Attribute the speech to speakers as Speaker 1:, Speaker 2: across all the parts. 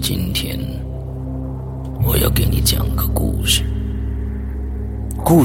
Speaker 1: 今天。我要给你讲个故事，故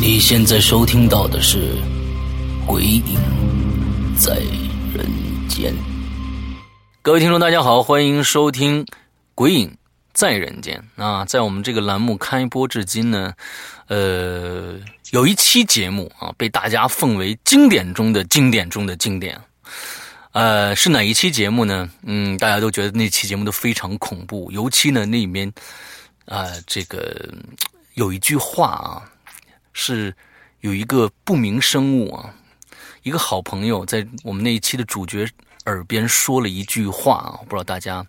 Speaker 1: 你现在收听到的是《鬼影在人间》。各位听众，大家好，欢迎收听《鬼影在人间》。啊，在我们这个栏目开播至今呢，呃，有一期节目啊，被大家奉为经典中的经典中的经典。呃，是哪一期节目呢？嗯，大家都觉得那期节目都非常恐怖，尤其呢那里面啊、这个有一句话啊。是有一个不明生物啊，一个好朋友在我们那一期的主角耳边说了一句话啊，我不知道大家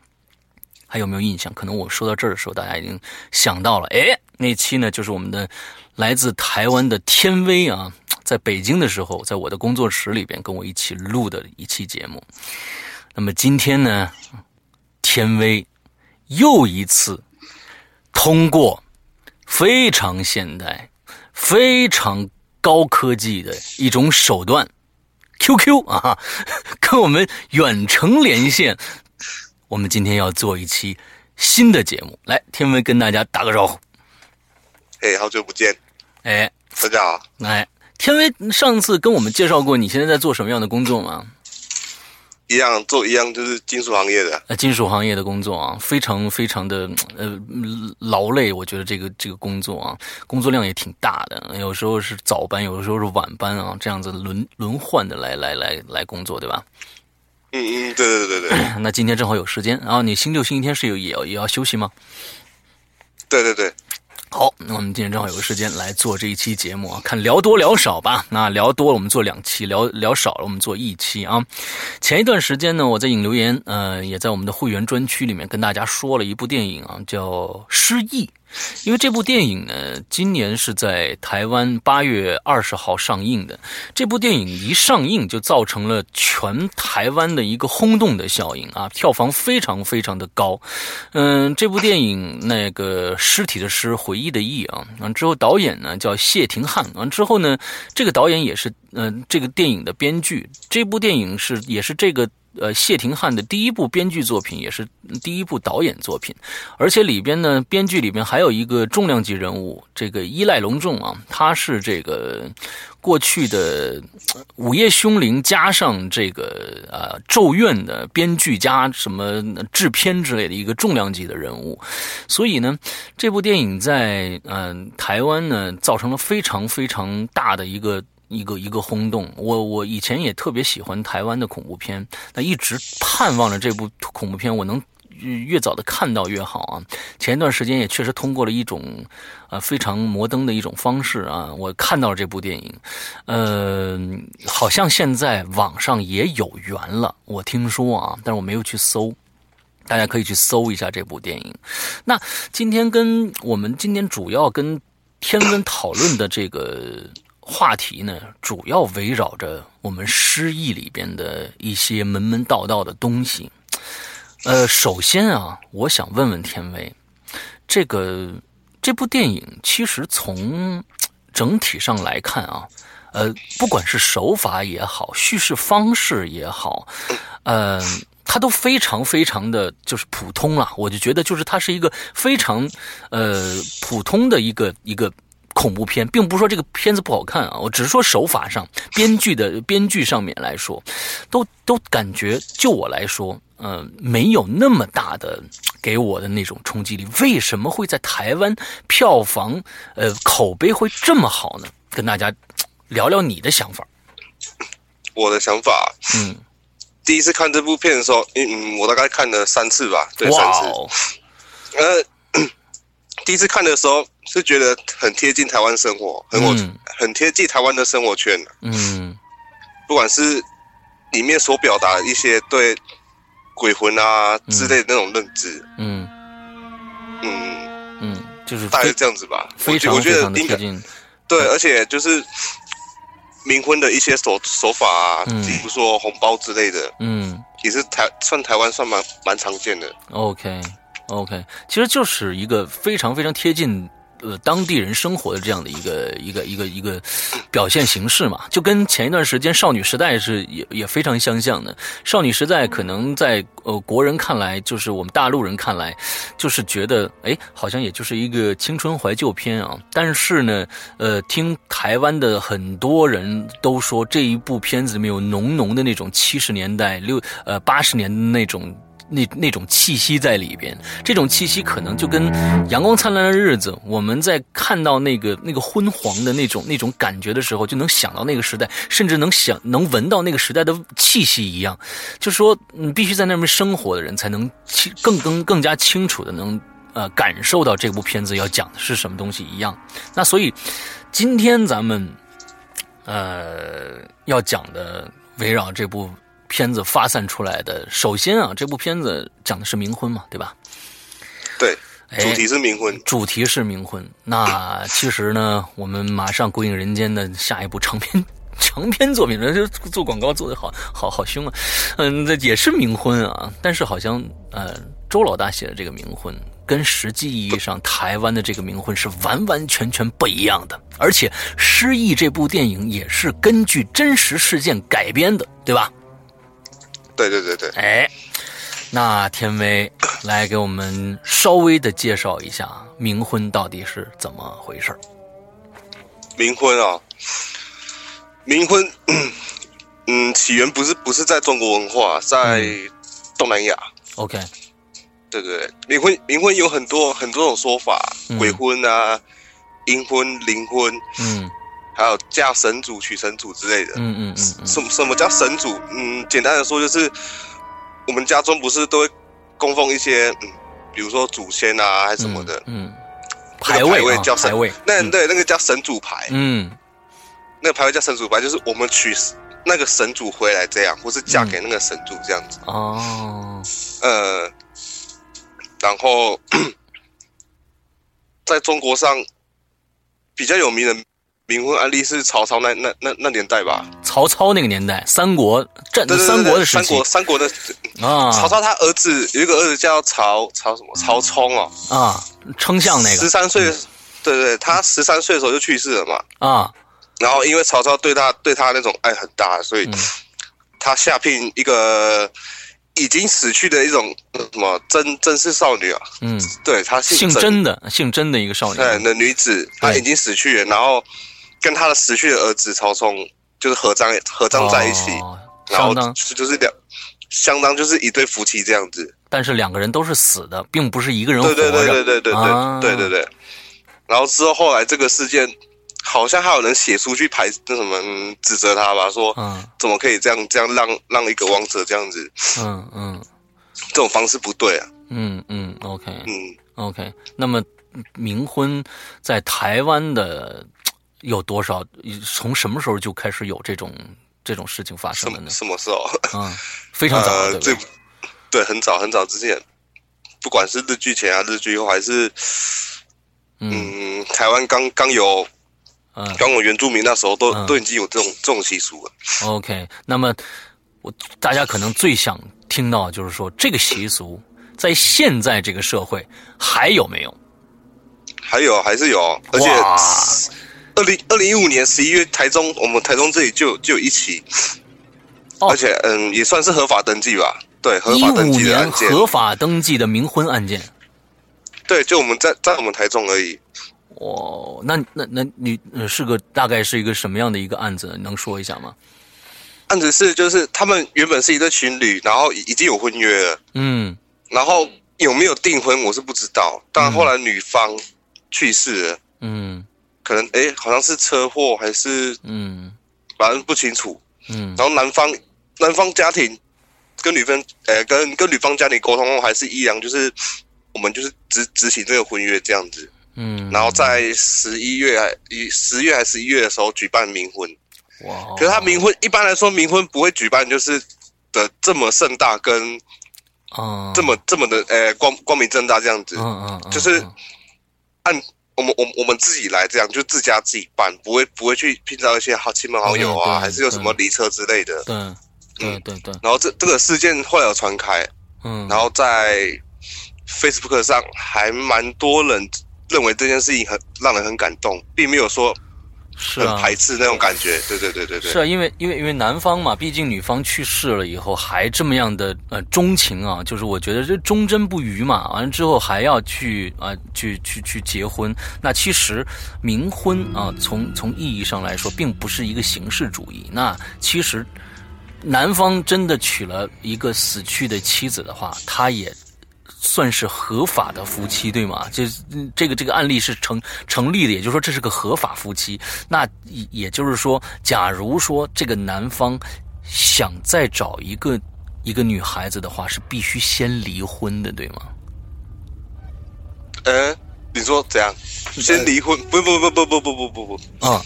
Speaker 1: 还有没有印象？可能我说到这儿的时候，大家已经想到了。哎，那期呢，就是我们的来自台湾的天威啊，在北京的时候，在我的工作室里边跟我一起录的一期节目。那么今天呢，天威又一次通过非常现代、非常高科技的一种手段，QQ 啊， 跟我们远程连线。我们今天要做一期新的节目，来，天威跟大家打个招呼。
Speaker 2: 哎，好久不见，
Speaker 1: 哎，
Speaker 2: 大家好。
Speaker 1: 来，天威上次跟我们介绍过你现在在做什么样的工作吗？
Speaker 2: 一样做一样就是金属行业的，
Speaker 1: 呃，金属行业的工作啊，非常非常的呃劳累，我觉得这个这个工作啊，工作量也挺大的，有时候是早班，有的时候是晚班啊，这样子轮轮换的来来来来工作，对吧？
Speaker 2: 嗯嗯，对对对对对
Speaker 1: 那今啊天正好有时间，然后你星期六、星期天是有也要也要休息吗？
Speaker 2: 对对对，
Speaker 1: 好，那我们今天正好有个时间来做这一期节目啊，看聊多聊少吧。那聊多了我们做两期，聊聊少了我们做一期啊。前一段时间呢，我在引留言，呃，也在我们的会员专区里面跟大家说了一部电影啊，叫《失忆》。因为这部电影呢，今年是在台湾八月二十号上映的。这部电影一上映就造成了全台湾的一个轰动的效应啊，票房非常非常的高。嗯，这部电影那个尸体的尸，回忆的忆啊，完之后导演呢叫谢廷汉，完之后呢，这个导演也是嗯、呃这个电影的编剧。这部电影是也是这个。呃，谢廷汉的第一部编剧作品，也是第一部导演作品，而且里边呢，编剧里边还有一个重量级人物，这个依赖隆重啊，他是这个过去的呃《午夜凶铃》加上这个呃《咒怨》的编剧加什么制片之类的一个重量级的人物，所以呢，这部电影在嗯、呃台湾呢造成了非常非常大的一个。一个一个轰动，我我以前也特别喜欢台湾的恐怖片，那一直盼望着这部恐怖片我能呃越早的看到越好啊。前一段时间也确实通过了一种呃非常摩登的一种方式啊，我看到了这部电影，呃，好像现在网上也有源了，我听说啊，但是我没有去搜。大家可以去搜一下这部电影。那今天跟我们今天主要跟天文讨论的这个话题呢，主要围绕着我们诗意里边的一些门门道道的东西。呃，首先啊，我想问问天威，这个这部电影其实从整体上来看啊，呃，不管是手法也好，叙事方式也好，呃，它都非常非常的就是普通了。我就觉得就是它是一个非常呃普通的一个一个。恐怖片，并不是说这个片子不好看啊，我只是说手法上、编剧的编剧上面来说，都都感觉就我来说，嗯、没有那么大的给我的那种冲击力。为什么会在台湾票房呃口碑会这么好呢？跟大家聊聊你的想 法。
Speaker 2: 我的想法，
Speaker 1: 嗯，
Speaker 2: 第一次看这部片的时候，嗯，嗯我大概看了三次吧，对，三
Speaker 1: 哇
Speaker 2: 次。
Speaker 1: 哦，
Speaker 2: 呃，第一次看的时候是觉得很贴近台湾生活，很我、
Speaker 1: 嗯
Speaker 2: 很贴近台湾的生活圈，啊
Speaker 1: 嗯
Speaker 2: 不管是里面所表达的一些对鬼魂啊之类的那种认知，
Speaker 1: 嗯
Speaker 2: 嗯，
Speaker 1: 嗯，就是
Speaker 2: 大概
Speaker 1: 非
Speaker 2: 是这样子吧。
Speaker 1: 非
Speaker 2: 我
Speaker 1: 常
Speaker 2: 觉
Speaker 1: 非
Speaker 2: 得我
Speaker 1: 常的
Speaker 2: 觉得
Speaker 1: 贴
Speaker 2: 应该
Speaker 1: 近，
Speaker 2: 对，而且就是冥婚的一些手手法啊，
Speaker 1: 嗯
Speaker 2: 比如说红包之类的，
Speaker 1: 嗯。
Speaker 2: 也是台算台湾算蛮蛮常见的。
Speaker 1: OK OK，其实就是一个非常非常贴近呃当地人生活的这样的一个一个一个一个表现形式嘛，就跟前一段时间少女时代是也也非常相像的。少女时代可能在呃国人看来，就是我们大陆人看来，就是觉得哎好像也就是一个青春怀旧片啊，但是呢，呃，听台湾的很多人都说这一部片子里面有浓浓的那种七十年代六呃八十年的那种。那那种气息在里边，这种气息可能就跟《阳光灿烂的日子》，我们在看到那个那个昏黄的那种那种感觉的时候，就能想到那个时代，甚至能想能闻到那个时代的气息一样。就说你必须在那边生活的人，才能清更更更加清楚的能呃感受到这部片子要讲的是什么东西一样。那所以今天咱们呃要讲的围绕这部片子发散出来的，首先啊，这部片子讲的是冥婚嘛，对吧？
Speaker 2: 对，
Speaker 1: 哎
Speaker 2: 主题是冥婚，
Speaker 1: 主题是冥婚。那其实呢，我们马上《鬼影人间》的下一部长篇 长篇作品，人家做广告做的好好好凶啊，嗯，这也是冥婚啊，但是好像呃，周老大写的这个冥婚。跟实际意义上台湾的这个冥婚是完完全全不一样的，而且《失忆》这部电影也是根据真实事件改编的，对吧？
Speaker 2: 对对对对，
Speaker 1: 哎，那天威来给我们稍微的介绍一下冥婚到底是怎么回事儿
Speaker 2: 冥婚啊、冥婚，嗯，起源不是不是在中国文化，在
Speaker 1: 嗯
Speaker 2: 东南亚，
Speaker 1: ？OK，
Speaker 2: 对对对，冥婚冥婚有很多很多种说法
Speaker 1: 嗯，
Speaker 2: 鬼婚啊、阴婚、灵婚，
Speaker 1: 嗯
Speaker 2: 还有嫁神主、娶神主之类的。
Speaker 1: 嗯嗯嗯 嗯
Speaker 2: 什么什么叫神主？嗯，简单的说就是，我们家中不是都会供奉一些，嗯，比如说祖先啊，还是什么的。
Speaker 1: 嗯
Speaker 2: 那
Speaker 1: 排
Speaker 2: 个
Speaker 1: 位
Speaker 2: 位
Speaker 1: 啊
Speaker 2: 叫神
Speaker 1: 排位，
Speaker 2: 那
Speaker 1: 嗯
Speaker 2: 对那个叫神主牌，
Speaker 1: 嗯
Speaker 2: 那个牌位叫神主牌，就是我们娶那个神主回来这样，或是嫁给那个神主这样子。
Speaker 1: 哦，
Speaker 2: 呃，然后 在中国上比较有名的冥婚案例是曹操那那那那年代吧？
Speaker 1: 曹操那个年代，三国战
Speaker 2: 对对对
Speaker 1: 三
Speaker 2: 对
Speaker 1: 国的时
Speaker 2: 三
Speaker 1: 期
Speaker 2: 国三国的、
Speaker 1: 啊，
Speaker 2: 曹操他儿子有一个儿子叫曹曹什么曹冲哦，
Speaker 1: 啊，丞相那
Speaker 2: 十
Speaker 1: 个嗯
Speaker 2: 三岁，对对，他十三岁的时候就去世了嘛。
Speaker 1: 啊，
Speaker 2: 然后因为曹操对他对他那种爱很大，所以
Speaker 1: 嗯
Speaker 2: 他下聘一个已经死去的一种呃什么甄甄氏少女啊，
Speaker 1: 嗯，
Speaker 2: 对她姓
Speaker 1: 姓甄的姓甄的一个少
Speaker 2: 对
Speaker 1: 年，
Speaker 2: 的女子，她
Speaker 1: 对
Speaker 2: 已经死去了，然后跟她的死去的儿子曹冲就是合葬合葬在一起，
Speaker 1: 哦
Speaker 2: 然
Speaker 1: 相
Speaker 2: 后
Speaker 1: 当，
Speaker 2: 就是就是两相当就是一对夫妻这样子，
Speaker 1: 但是两个人都是死的，并不是一个人活着。
Speaker 2: 对对对对对对
Speaker 1: 啊
Speaker 2: 对对对对，然后之后后来这个事件。好像还有人写书去排那什么、嗯指责他吧，说
Speaker 1: 嗯
Speaker 2: 怎么可以这样这样让让一个王者这样子，
Speaker 1: 嗯嗯
Speaker 2: 这种方式不对啊。
Speaker 1: 嗯嗯，OK
Speaker 2: 嗯，
Speaker 1: OK。那么冥婚在台湾的嘖有多少？从什么时候就开始有这种这种事情发
Speaker 2: 什
Speaker 1: 生了
Speaker 2: 么
Speaker 1: 呢？
Speaker 2: 嗯什么时候？
Speaker 1: 啊，非常早，
Speaker 2: 呃，
Speaker 1: 对
Speaker 2: 最
Speaker 1: 不对？
Speaker 2: 对很早很早之前，不管是日剧前啊，日剧后，还是
Speaker 1: 嗯
Speaker 2: 嗯，台湾刚刚有
Speaker 1: 嗯
Speaker 2: 刚有原住民那时候都、
Speaker 1: 嗯
Speaker 2: 都已经有这种这种习俗了。
Speaker 1: OK，那么我大家可能最想听到就是说，这个习俗在现在这个社会还有没有？
Speaker 2: 还有还是有，而且
Speaker 1: 哇
Speaker 2: 二零二零一五年十一月，台中我们台中这里就就有一起，
Speaker 1: 哦
Speaker 2: 而且嗯也算是合法登记吧，对，合
Speaker 1: 一
Speaker 2: 法登
Speaker 1: 五
Speaker 2: 记的
Speaker 1: 年
Speaker 2: 案件，
Speaker 1: 合法登记的冥婚案件，
Speaker 2: 对，就我们在在我们台中而已。
Speaker 1: 哦，那那那你呃是个大概是一个什么样的一个案子？能说一下吗？
Speaker 2: 案子是就是他们原本是一对情侣，然后已已经有婚约了，
Speaker 1: 嗯
Speaker 2: 然后有没有订婚我是不知道，但后来女方去世了，
Speaker 1: 嗯
Speaker 2: 可能诶好像是车祸还是
Speaker 1: 嗯
Speaker 2: 反正不清楚，
Speaker 1: 嗯
Speaker 2: 然后男方男方家庭跟女方呃跟跟女方家庭沟通后还是一样，就是我们就是执执行这个婚约这样子，
Speaker 1: 嗯，
Speaker 2: 然后在十一月还一十月还是一月的时候举办冥婚，
Speaker 1: 哇哦，
Speaker 2: 可是他冥婚一般来说冥婚不会举办就是的这么盛大跟。
Speaker 1: 啊
Speaker 2: 这么这么的呃光光明正大这样子，
Speaker 1: 嗯嗯嗯
Speaker 2: 就是
Speaker 1: 嗯
Speaker 2: 按我们我们我们自己来这样，就自家自己办，不会不会去拼到一些好亲朋好友
Speaker 1: 哦对对
Speaker 2: 啊，还是有什么礼车之类的。
Speaker 1: 对嗯对对对，
Speaker 2: 然后这这个事件后来有传开，
Speaker 1: 嗯，
Speaker 2: 然后在 Facebook 上还蛮多人认为这件事情很让人很感动，并没有说
Speaker 1: 是
Speaker 2: 很
Speaker 1: 啊，
Speaker 2: 排斥那种感觉。对对对对
Speaker 1: 是
Speaker 2: 对，
Speaker 1: 啊，因为因为因为男方嘛，毕竟女方去世了以后还这么样的呃钟情啊，就是我觉得这忠贞不渝嘛，完了之后还要去啊、去去去结婚。那其实冥婚啊，从从意义上来说，并不是一个形式主义。那其实男方真的娶了一个死去的妻子的话，他也算是合法的夫妻，对吗？这嗯这个这个案例是成成立的，也就是说这是个合法夫妻。那也也就是说，假如说这个男方想再找一个一个女孩子的话，是必须先离婚的，对吗？
Speaker 2: 嗯，你说怎样？先离婚？不不不不不不不不不，
Speaker 1: 啊，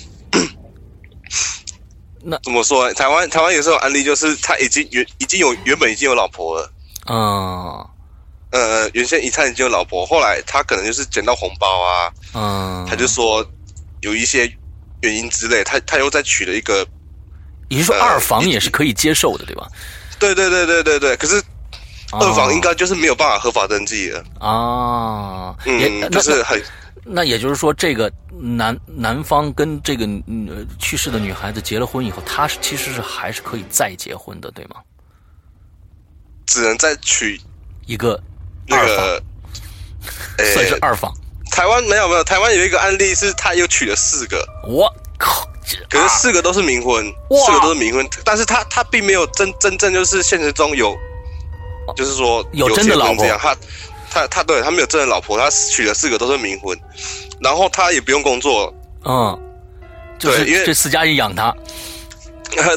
Speaker 2: 怎么说？啊台湾台湾有这种案例，就是他已经原已经有原本已经有老婆了。
Speaker 1: 嗯
Speaker 2: 呃，原先一探已经有老婆，后来他可能就是捡到红包啊，
Speaker 1: 嗯，
Speaker 2: 他就说有一些原因之类，他他又再娶了一个，
Speaker 1: 也就是说
Speaker 2: 呃
Speaker 1: 二房也是可以接受的，对吧？
Speaker 2: 对对对对对对，可是二
Speaker 1: 哦
Speaker 2: 房应该就是没有办法合法登记了，
Speaker 1: 啊，也那
Speaker 2: 嗯，就是很
Speaker 1: 那也就是说，这个男男方跟这个嗯呃去世的女孩子结了婚以后，他是其实是还是可以再结婚的，对吗？
Speaker 2: 只能再娶
Speaker 1: 一个
Speaker 2: 那 个，呃
Speaker 1: 算是二房，
Speaker 2: 台湾没有没有，台湾有一个案例是他又娶了四个，
Speaker 1: 我靠，这
Speaker 2: 可是四个都是冥婚，
Speaker 1: 啊哇
Speaker 2: 四个都是冥婚，但是他他并没有真真正就是现实中有，就是说
Speaker 1: 有真的
Speaker 2: 结婚
Speaker 1: 老婆
Speaker 2: 这样，他他他对他没有真的老婆，他娶了四个都是冥婚，然后他也不用工作，
Speaker 1: 嗯，就
Speaker 2: 对因
Speaker 1: 是
Speaker 2: 为
Speaker 1: 这四家人养他，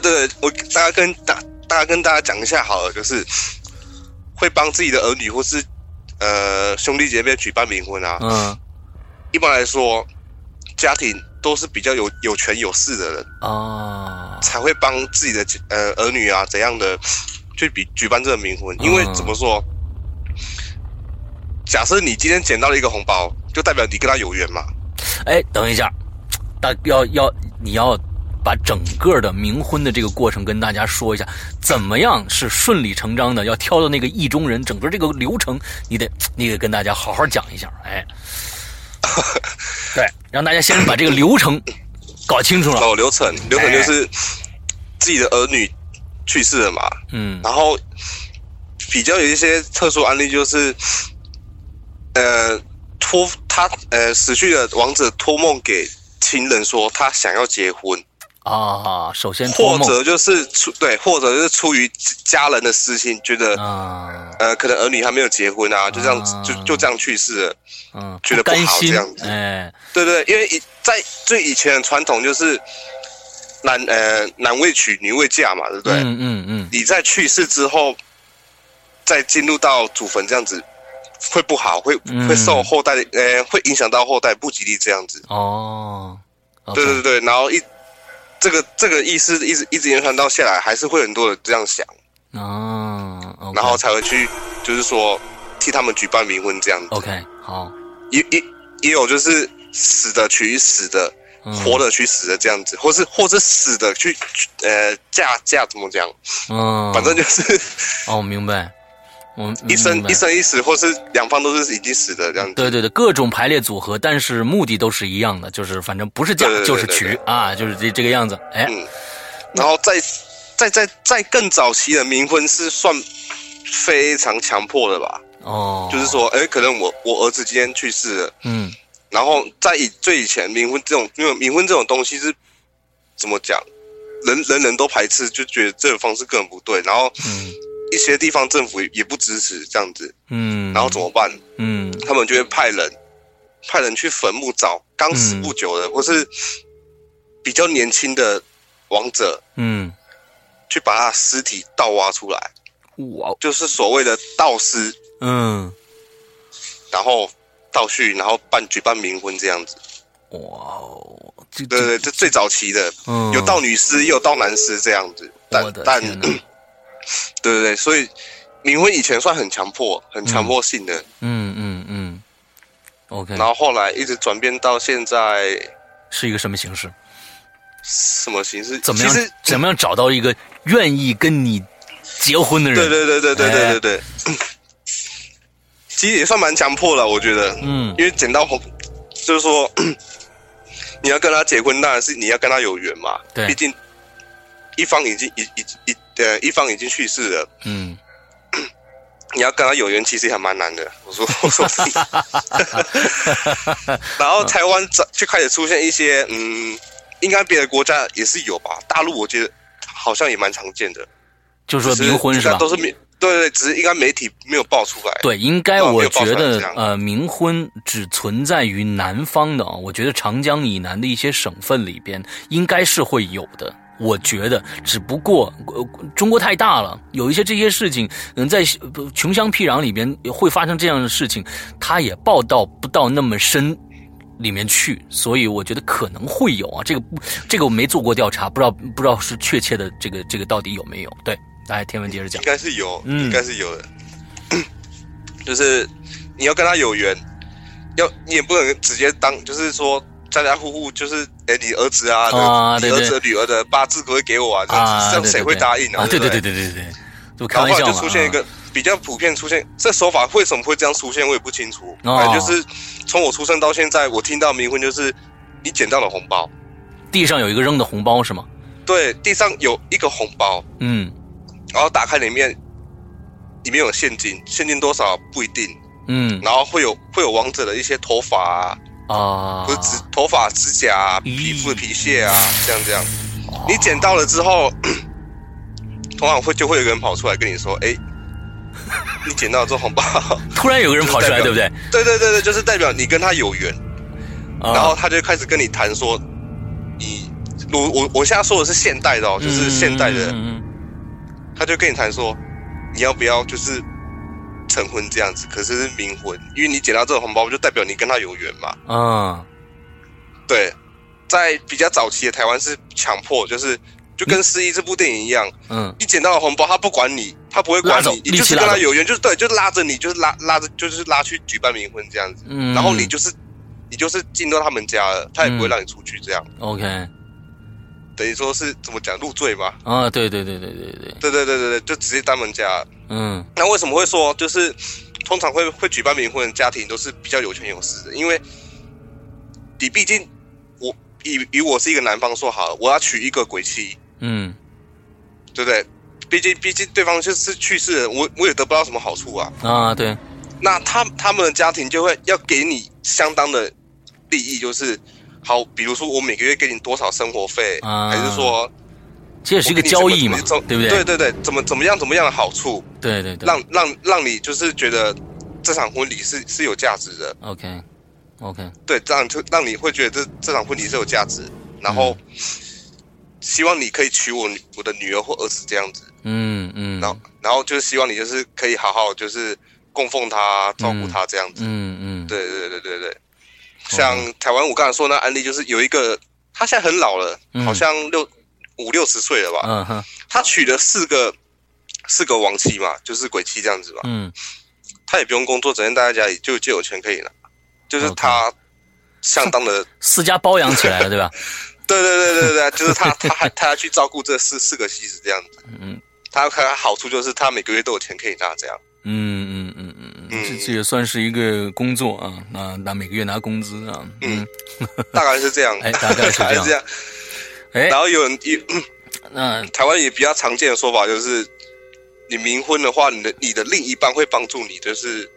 Speaker 2: 对我大家跟大大家跟大家讲一下好了，就是会帮自己的儿女或是呃兄弟姐妹举办冥婚啊，
Speaker 1: 嗯
Speaker 2: 一般来说，家庭都是比较有有权有势的人，
Speaker 1: 啊，
Speaker 2: 才会帮自己的呃儿女啊怎样的去比举办这个冥婚，因为
Speaker 1: 嗯
Speaker 2: 怎么说，假设你今天捡到了一个红包，就代表你跟他有缘嘛。
Speaker 1: 哎，等一下，大要要你要把整个的冥婚的这个过程跟大家说一下，怎么样是顺理成章的，要挑到那个意中人，整个这个流程你得你得跟大家好好讲一下， 哎，对，让大家先把这个流程搞清楚 了，
Speaker 2: 哦，流程
Speaker 1: 哎
Speaker 2: 流程就是自己的儿女去世了嘛，
Speaker 1: 嗯
Speaker 2: 然后比较有一些特殊案例就是，呃，托他呃死去的王者托梦给亲人说他想要结婚，
Speaker 1: 啊，首先托
Speaker 2: 或
Speaker 1: 梦
Speaker 2: 者就是出对，或者就是出于家人的私心，觉得、
Speaker 1: 啊，
Speaker 2: 呃可能儿女还没有结婚啊，就这样、
Speaker 1: 啊
Speaker 2: 就就这样去世了。
Speaker 1: 嗯，
Speaker 2: 觉得不好
Speaker 1: 甘心
Speaker 2: 这样，子
Speaker 1: 哎，
Speaker 2: 对对，因为以在最以前的传统就是男呃男未娶女未嫁嘛，对不对？
Speaker 1: 嗯嗯嗯，
Speaker 2: 你在去世之后，再进入到祖坟这样子，会不好，会
Speaker 1: 嗯
Speaker 2: 会受后代的，呃，会影响到后代不吉利这样子。
Speaker 1: 哦，
Speaker 2: 对对对，然后一这个这个意思一直一直延传到下来，还是会很多人这样想，
Speaker 1: 对，啊，OK，
Speaker 2: 然后才会去就是说替他们举办冥婚这样子。
Speaker 1: OK 好，
Speaker 2: 也也也有就是死的娶死的，
Speaker 1: 嗯
Speaker 2: 活的娶死的这样子，或是或是死的去呃嫁嫁怎么讲，
Speaker 1: 嗯，
Speaker 2: 反正就是。
Speaker 1: 哦，我明白，我嗯
Speaker 2: 一生
Speaker 1: 明白
Speaker 2: 一生一死，或是两方都是已经死的这样子。
Speaker 1: 对对对，各种排列组合，但是目的都是一样的，就是反正不是嫁
Speaker 2: 对对对
Speaker 1: 就是
Speaker 2: 对
Speaker 1: 娶啊，就是这这个样子。哎，
Speaker 2: 嗯然后再再再再更早期的冥婚是算非常强迫的吧？
Speaker 1: 哦，
Speaker 2: 就是，说，哎，可能我我儿子今天去世了，
Speaker 1: 嗯
Speaker 2: 然后在以最以前冥婚这种，因为冥婚这种东西是怎么讲，人人人都排斥，就觉得这个方式根本不对，然后
Speaker 1: 嗯
Speaker 2: 一些地方政府也也不支持这样子，
Speaker 1: 嗯，
Speaker 2: 然后怎么办？
Speaker 1: 嗯
Speaker 2: 他们就会派人派人去坟墓找刚死不久的，
Speaker 1: 嗯
Speaker 2: 或是比较年轻的王者，
Speaker 1: 嗯，
Speaker 2: 去把他的尸体盗挖出来，
Speaker 1: 我
Speaker 2: 就是所谓的盗尸，
Speaker 1: 哦嗯
Speaker 2: 然后盗去，然后办举办冥婚这样子。
Speaker 1: 哇哦，这
Speaker 2: 对
Speaker 1: 这
Speaker 2: 对，这最早期的，
Speaker 1: 嗯
Speaker 2: 有盗女尸，也有盗男尸这样子。但
Speaker 1: 我的
Speaker 2: 但
Speaker 1: 天哪
Speaker 2: 对 对对，所以冥婚以前算很强迫、很强迫性的，
Speaker 1: 嗯嗯嗯，OK，
Speaker 2: 然后后来一直转变到现在
Speaker 1: 是一个什么形式？
Speaker 2: 什么形式？
Speaker 1: 怎么样
Speaker 2: 其实？
Speaker 1: 怎么样找到一个愿意跟你结婚的人？哎
Speaker 2: 对对对对对对对对， 其实也算蛮强迫了，我觉得，
Speaker 1: 嗯
Speaker 2: 因为捡到红，就是说 你要跟他结婚，当然是你要跟他有缘嘛，
Speaker 1: 对
Speaker 2: 毕竟一方已经一一一呃一方已经去世了，
Speaker 1: 嗯。
Speaker 2: 你要跟他有缘，其实还蛮 难的。我说我说真的，然后台湾早就开始出现一些，嗯，应该别的国家也是有吧，大陆我觉得好像也蛮常见的。
Speaker 1: 就是说
Speaker 2: 只是
Speaker 1: 冥婚是
Speaker 2: 大
Speaker 1: 吧
Speaker 2: 家？都是媒，对对，只是应该媒体没有爆出来。
Speaker 1: 对，应该
Speaker 2: 啊没
Speaker 1: 我
Speaker 2: 有爆
Speaker 1: 觉
Speaker 2: 出来
Speaker 1: 得
Speaker 2: 这样
Speaker 1: 呃，冥婚只存在于南方的啊，我觉得长江以南的一些省份里边应该是会有的。我觉得，只不过、呃、中国太大了，有一些这些事情，嗯，在呃穷乡僻壤里边会发生这样的事情，它也报道不到那么深里面去，所以我觉得可能会有啊。这个不，这个我没做过调查，不知道不知道是确切的这个这个到底有没有。对，来，天文接着讲
Speaker 2: 应。该是有，
Speaker 1: 嗯
Speaker 2: 应该是有的。 就是你要跟他有缘，要你也不能直接当，就是说家家户户就是，哎，你儿子啊，
Speaker 1: 啊
Speaker 2: 你
Speaker 1: 对
Speaker 2: 儿
Speaker 1: 对
Speaker 2: 子女儿的八字可以给我啊，这样子
Speaker 1: 啊，
Speaker 2: 这样谁会答应
Speaker 1: 啊？对
Speaker 2: 对
Speaker 1: 对
Speaker 2: 不
Speaker 1: 对对对对，这不开
Speaker 2: 然后
Speaker 1: 玩
Speaker 2: 后
Speaker 1: 笑
Speaker 2: 来
Speaker 1: 嘛。啊
Speaker 2: 就出现一个比较普遍出现，这手法为什么会这样出现，我也不清楚。
Speaker 1: 哦
Speaker 2: 反正就是从我出生到现在，我听到冥婚就是你捡到了红包，
Speaker 1: 地上有一个扔的红包是吗？
Speaker 2: 对，地上有一个红包，
Speaker 1: 嗯
Speaker 2: 然后打开里面，里面有现金，现金多少不一定，
Speaker 1: 嗯
Speaker 2: 然后会有会有王者的一些头发啊，
Speaker 1: 啊
Speaker 2: 不是指头发、指甲、啊、
Speaker 1: 咦
Speaker 2: 皮肤的皮屑啊，这样这样，
Speaker 1: 哦
Speaker 2: 你捡到了之后， 通常会就会有一个人跑出来跟你说，哎，你捡到了这红包，
Speaker 1: 突然有个人跑出来，对不对？
Speaker 2: 对对对对，就是代表你跟他有缘，然后
Speaker 1: 啊，
Speaker 2: 他就开始跟你谈说，你我我我现在说的是现代
Speaker 1: 嗯
Speaker 2: 的哦，就是现代的。
Speaker 1: 嗯嗯嗯嗯
Speaker 2: 他就跟你谈说，你要不要就是成婚这样子，可是是冥婚，因为你捡到这个红包，就代表你跟他有缘嘛。
Speaker 1: 啊，
Speaker 2: 对，在比较早期的台湾是强迫，就是就跟《失忆》这部电影一样，
Speaker 1: 嗯，
Speaker 2: 你捡到了红包，他不管你，他不会管
Speaker 1: 拉走
Speaker 2: 你，你
Speaker 1: 立
Speaker 2: 就
Speaker 1: 即
Speaker 2: 是
Speaker 1: 拉
Speaker 2: 跟他
Speaker 1: 走
Speaker 2: 有缘，就是对，就是拉着你，就是拉拉着，就是拉去举办冥婚这样子，
Speaker 1: 嗯
Speaker 2: 然后你就是你就是进到他们家了，他也不会
Speaker 1: 嗯
Speaker 2: 让你出去，这样、
Speaker 1: OK
Speaker 2: 等于说是怎么讲入赘嘛？
Speaker 1: 啊，对对对对对对，
Speaker 2: 对对对对对，就直接当门家了。
Speaker 1: 嗯
Speaker 2: 那为什么会说就是通常会会举办冥婚的家庭都是比较有权有势的？因为你毕竟我以以我是一个男方说好了，我要娶一个鬼妻，
Speaker 1: 嗯
Speaker 2: 对不对？毕竟毕竟对方就是去世了，我我也得不到什么好处啊。
Speaker 1: 啊，对，
Speaker 2: 那他他们的家庭就会要给你相当的利益，就是好，比如说我每个月给你多少生活费，
Speaker 1: 啊
Speaker 2: 还是说
Speaker 1: 这也
Speaker 2: 我
Speaker 1: 是一
Speaker 2: 给
Speaker 1: 个
Speaker 2: 你什
Speaker 1: 交
Speaker 2: 么
Speaker 1: 易嘛
Speaker 2: 怎么，
Speaker 1: 对不对？
Speaker 2: 对对对，怎么怎么样怎么样的好处，
Speaker 1: 对对对
Speaker 2: 让让让你就是觉得这场婚礼是是有价值的，
Speaker 1: ，OK OK，
Speaker 2: 对，让就让你会觉得这这场婚礼是有价值，然后
Speaker 1: 嗯
Speaker 2: 希望你可以娶我女我的女儿或儿子这样子，
Speaker 1: 嗯嗯，
Speaker 2: 然后然后就是希望你就是可以好好就是供奉他、照顾他这样子。
Speaker 1: 嗯嗯，
Speaker 2: 对对对对对，
Speaker 1: 哦
Speaker 2: 像台湾我刚才说那案例，就是有一个他现在很老了，
Speaker 1: 嗯
Speaker 2: 好像六五六十岁了吧，
Speaker 1: 嗯哼，
Speaker 2: 他娶了四个四个亡妻嘛，就是鬼妻这样子嘛，
Speaker 1: 嗯
Speaker 2: 他也不用工作，整天待在家里就就有钱可以拿，就是他相当的。
Speaker 1: 私家包养起来了，对吧？
Speaker 2: 对对对对对，就是他，他还他要去照顾这四四个妻子这样子。
Speaker 1: 嗯
Speaker 2: 他他好处就是他每个月都有钱可以拿，这样。
Speaker 1: 嗯嗯嗯嗯嗯，这这也算是一个工作啊，那那每个月拿工资啊，嗯，
Speaker 2: 大概是这样，
Speaker 1: 哎大概是这样
Speaker 2: 大这样。
Speaker 1: 哎
Speaker 2: 然，后有人有
Speaker 1: 那
Speaker 2: 台湾也比较常见的说法就是，你冥婚的话，你的你的另一半会帮助你，就是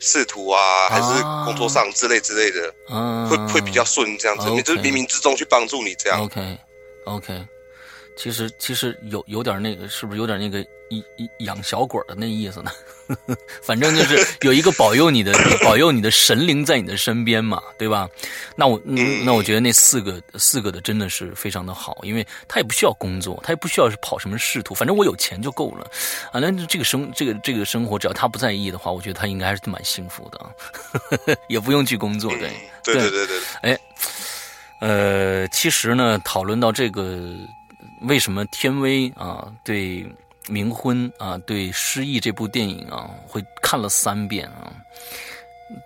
Speaker 2: 仕途啊，还是工作上之类之类的，
Speaker 1: 啊
Speaker 2: 会会比较顺这样子。
Speaker 1: OK 哦
Speaker 2: 你就是冥冥之中去帮助你这样。
Speaker 1: OK OK，其实其实有有点那个，是不是有点那个一一养小鬼儿的那意思呢？ 反正就是有一个保佑你的 保佑你的神灵在你的身边嘛，对吧？那我嗯那我觉得那四个四个的真的是非常的好，因为他也不需要工作，他也不需要是跑什么仕途，反正我有钱就够了。啊，那这个生这个这个生活，只要他不在意的话，我觉得他应该还是蛮幸福的啊， 也不用去工作，对。
Speaker 2: 嗯，对对对对，
Speaker 1: 呃，其实呢，讨论到这个为什么天威啊对《冥婚》啊对《失忆》这部电影啊，会看了三遍啊。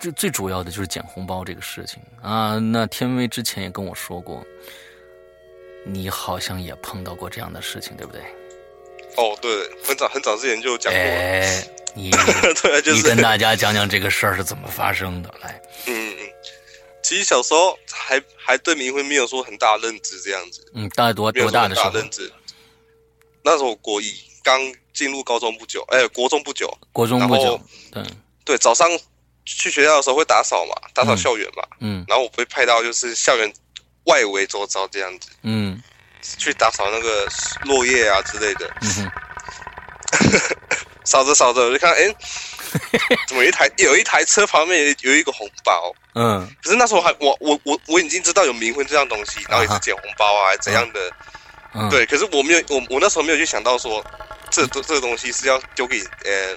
Speaker 1: 最最主要的就是捡红包这个事情啊。那天威之前也跟我说过，你好像也碰到过这样的事情，对不对？
Speaker 2: 哦对，很早很早之前就有讲过了。
Speaker 1: 哎，你
Speaker 2: 对，就
Speaker 1: 你
Speaker 2: 是
Speaker 1: 跟大家讲讲这个事儿是怎么发生的，来，
Speaker 2: 嗯，嗯，其实小时候还还对冥婚没有说很大的认知，这样子，
Speaker 1: 嗯，大概多
Speaker 2: 没有
Speaker 1: 多
Speaker 2: 说
Speaker 1: 大
Speaker 2: 很
Speaker 1: 的时候？
Speaker 2: 认知。那时候我国一刚进入高中不久，哎、国中不久，
Speaker 1: 国中不
Speaker 2: 然
Speaker 1: 久
Speaker 2: 后，
Speaker 1: 对，
Speaker 2: 对，早上去学校的时候会打扫嘛，打扫
Speaker 1: 嗯
Speaker 2: 校园嘛，
Speaker 1: 嗯
Speaker 2: 然后我被派到就是校园外围周遭这样子
Speaker 1: 嗯
Speaker 2: 去打扫那个落叶啊之类的，
Speaker 1: 嗯哼。
Speaker 2: 扫着扫着我就看，哎、 怎么有一台有一台车旁边有有一个红包，
Speaker 1: 嗯
Speaker 2: 可是那时候还我我我我已经知道有冥婚这样东西，然后也
Speaker 1: 啊
Speaker 2: 是
Speaker 1: 哈
Speaker 2: 捡红包啊怎样的，
Speaker 1: 嗯，
Speaker 2: 对。可是我没有我我那时候没有去想到说，这这这个东西是要丢给呃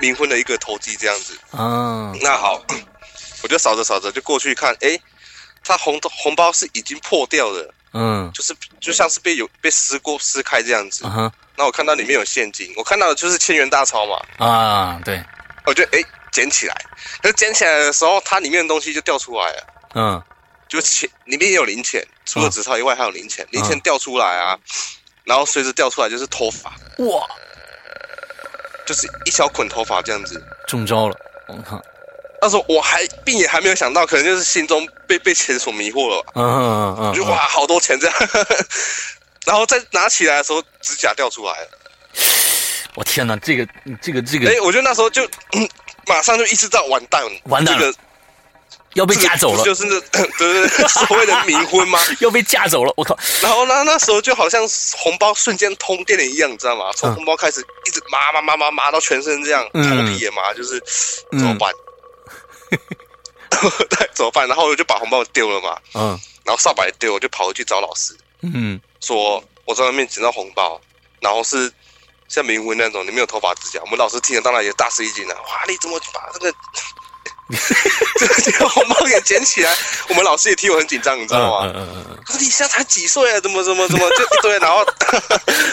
Speaker 2: 冥婚的一个投机这样子。
Speaker 1: 啊，
Speaker 2: 那好， 我就扫着扫着就过去看，诶，他红红包是已经破掉了，
Speaker 1: 嗯
Speaker 2: 就是就像是被有被撕过撕开这样子
Speaker 1: 啊。哈
Speaker 2: 那我看到里面有现金，我看到的就是千元大钞嘛，
Speaker 1: 啊，对，
Speaker 2: 我就诶捡起来，可是捡起来的时候，它里面的东西就掉出来了。
Speaker 1: 嗯
Speaker 2: 就钱里面也有零钱，除了
Speaker 1: 啊
Speaker 2: 纸钞以外还有零钱，零钱掉出来啊，然后随着掉出来就是头发，
Speaker 1: 哇，
Speaker 2: 就是一小捆头发这样子。
Speaker 1: 中招了，我靠，啊
Speaker 2: 那时候我还并也还没有想到，可能就是心中被被钱所迷惑了吧，
Speaker 1: 嗯嗯嗯
Speaker 2: 我就哇好多钱这样， 然后再拿起来的时候指甲掉出来了，
Speaker 1: 我天哪，这个这个这个
Speaker 2: 哎，我觉得那时候就 马上就意识到完蛋了，
Speaker 1: 完蛋了
Speaker 2: 这个
Speaker 1: 要被
Speaker 2: 这个
Speaker 1: 架走了，
Speaker 2: 就是 那对对对，所谓的冥婚 吗？
Speaker 1: 要被架走了，我靠，
Speaker 2: 然后呢，那时候就好像红包瞬间通电了一样，你知道吗？从
Speaker 1: 嗯
Speaker 2: 红包开始一直麻麻麻麻麻到全身这样，头
Speaker 1: 嗯
Speaker 2: 皮也麻，就是
Speaker 1: 嗯
Speaker 2: 怎么 办？对，怎么办？然后我就把红包丢了嘛，
Speaker 1: 嗯
Speaker 2: 然后扫把也丢，我就跑回去找老师，
Speaker 1: 嗯
Speaker 2: 说我在外面捡到红包，然后是像明文那种，你没有头发指甲，我们老师听了当然也大吃一惊了、哇，你怎么把 这个这个这个红包给捡起来？我们老师也替我很紧张，你知道吗？
Speaker 1: 嗯嗯嗯嗯，
Speaker 2: 他说你现在才几岁啊？怎么怎么怎么就一堆？然后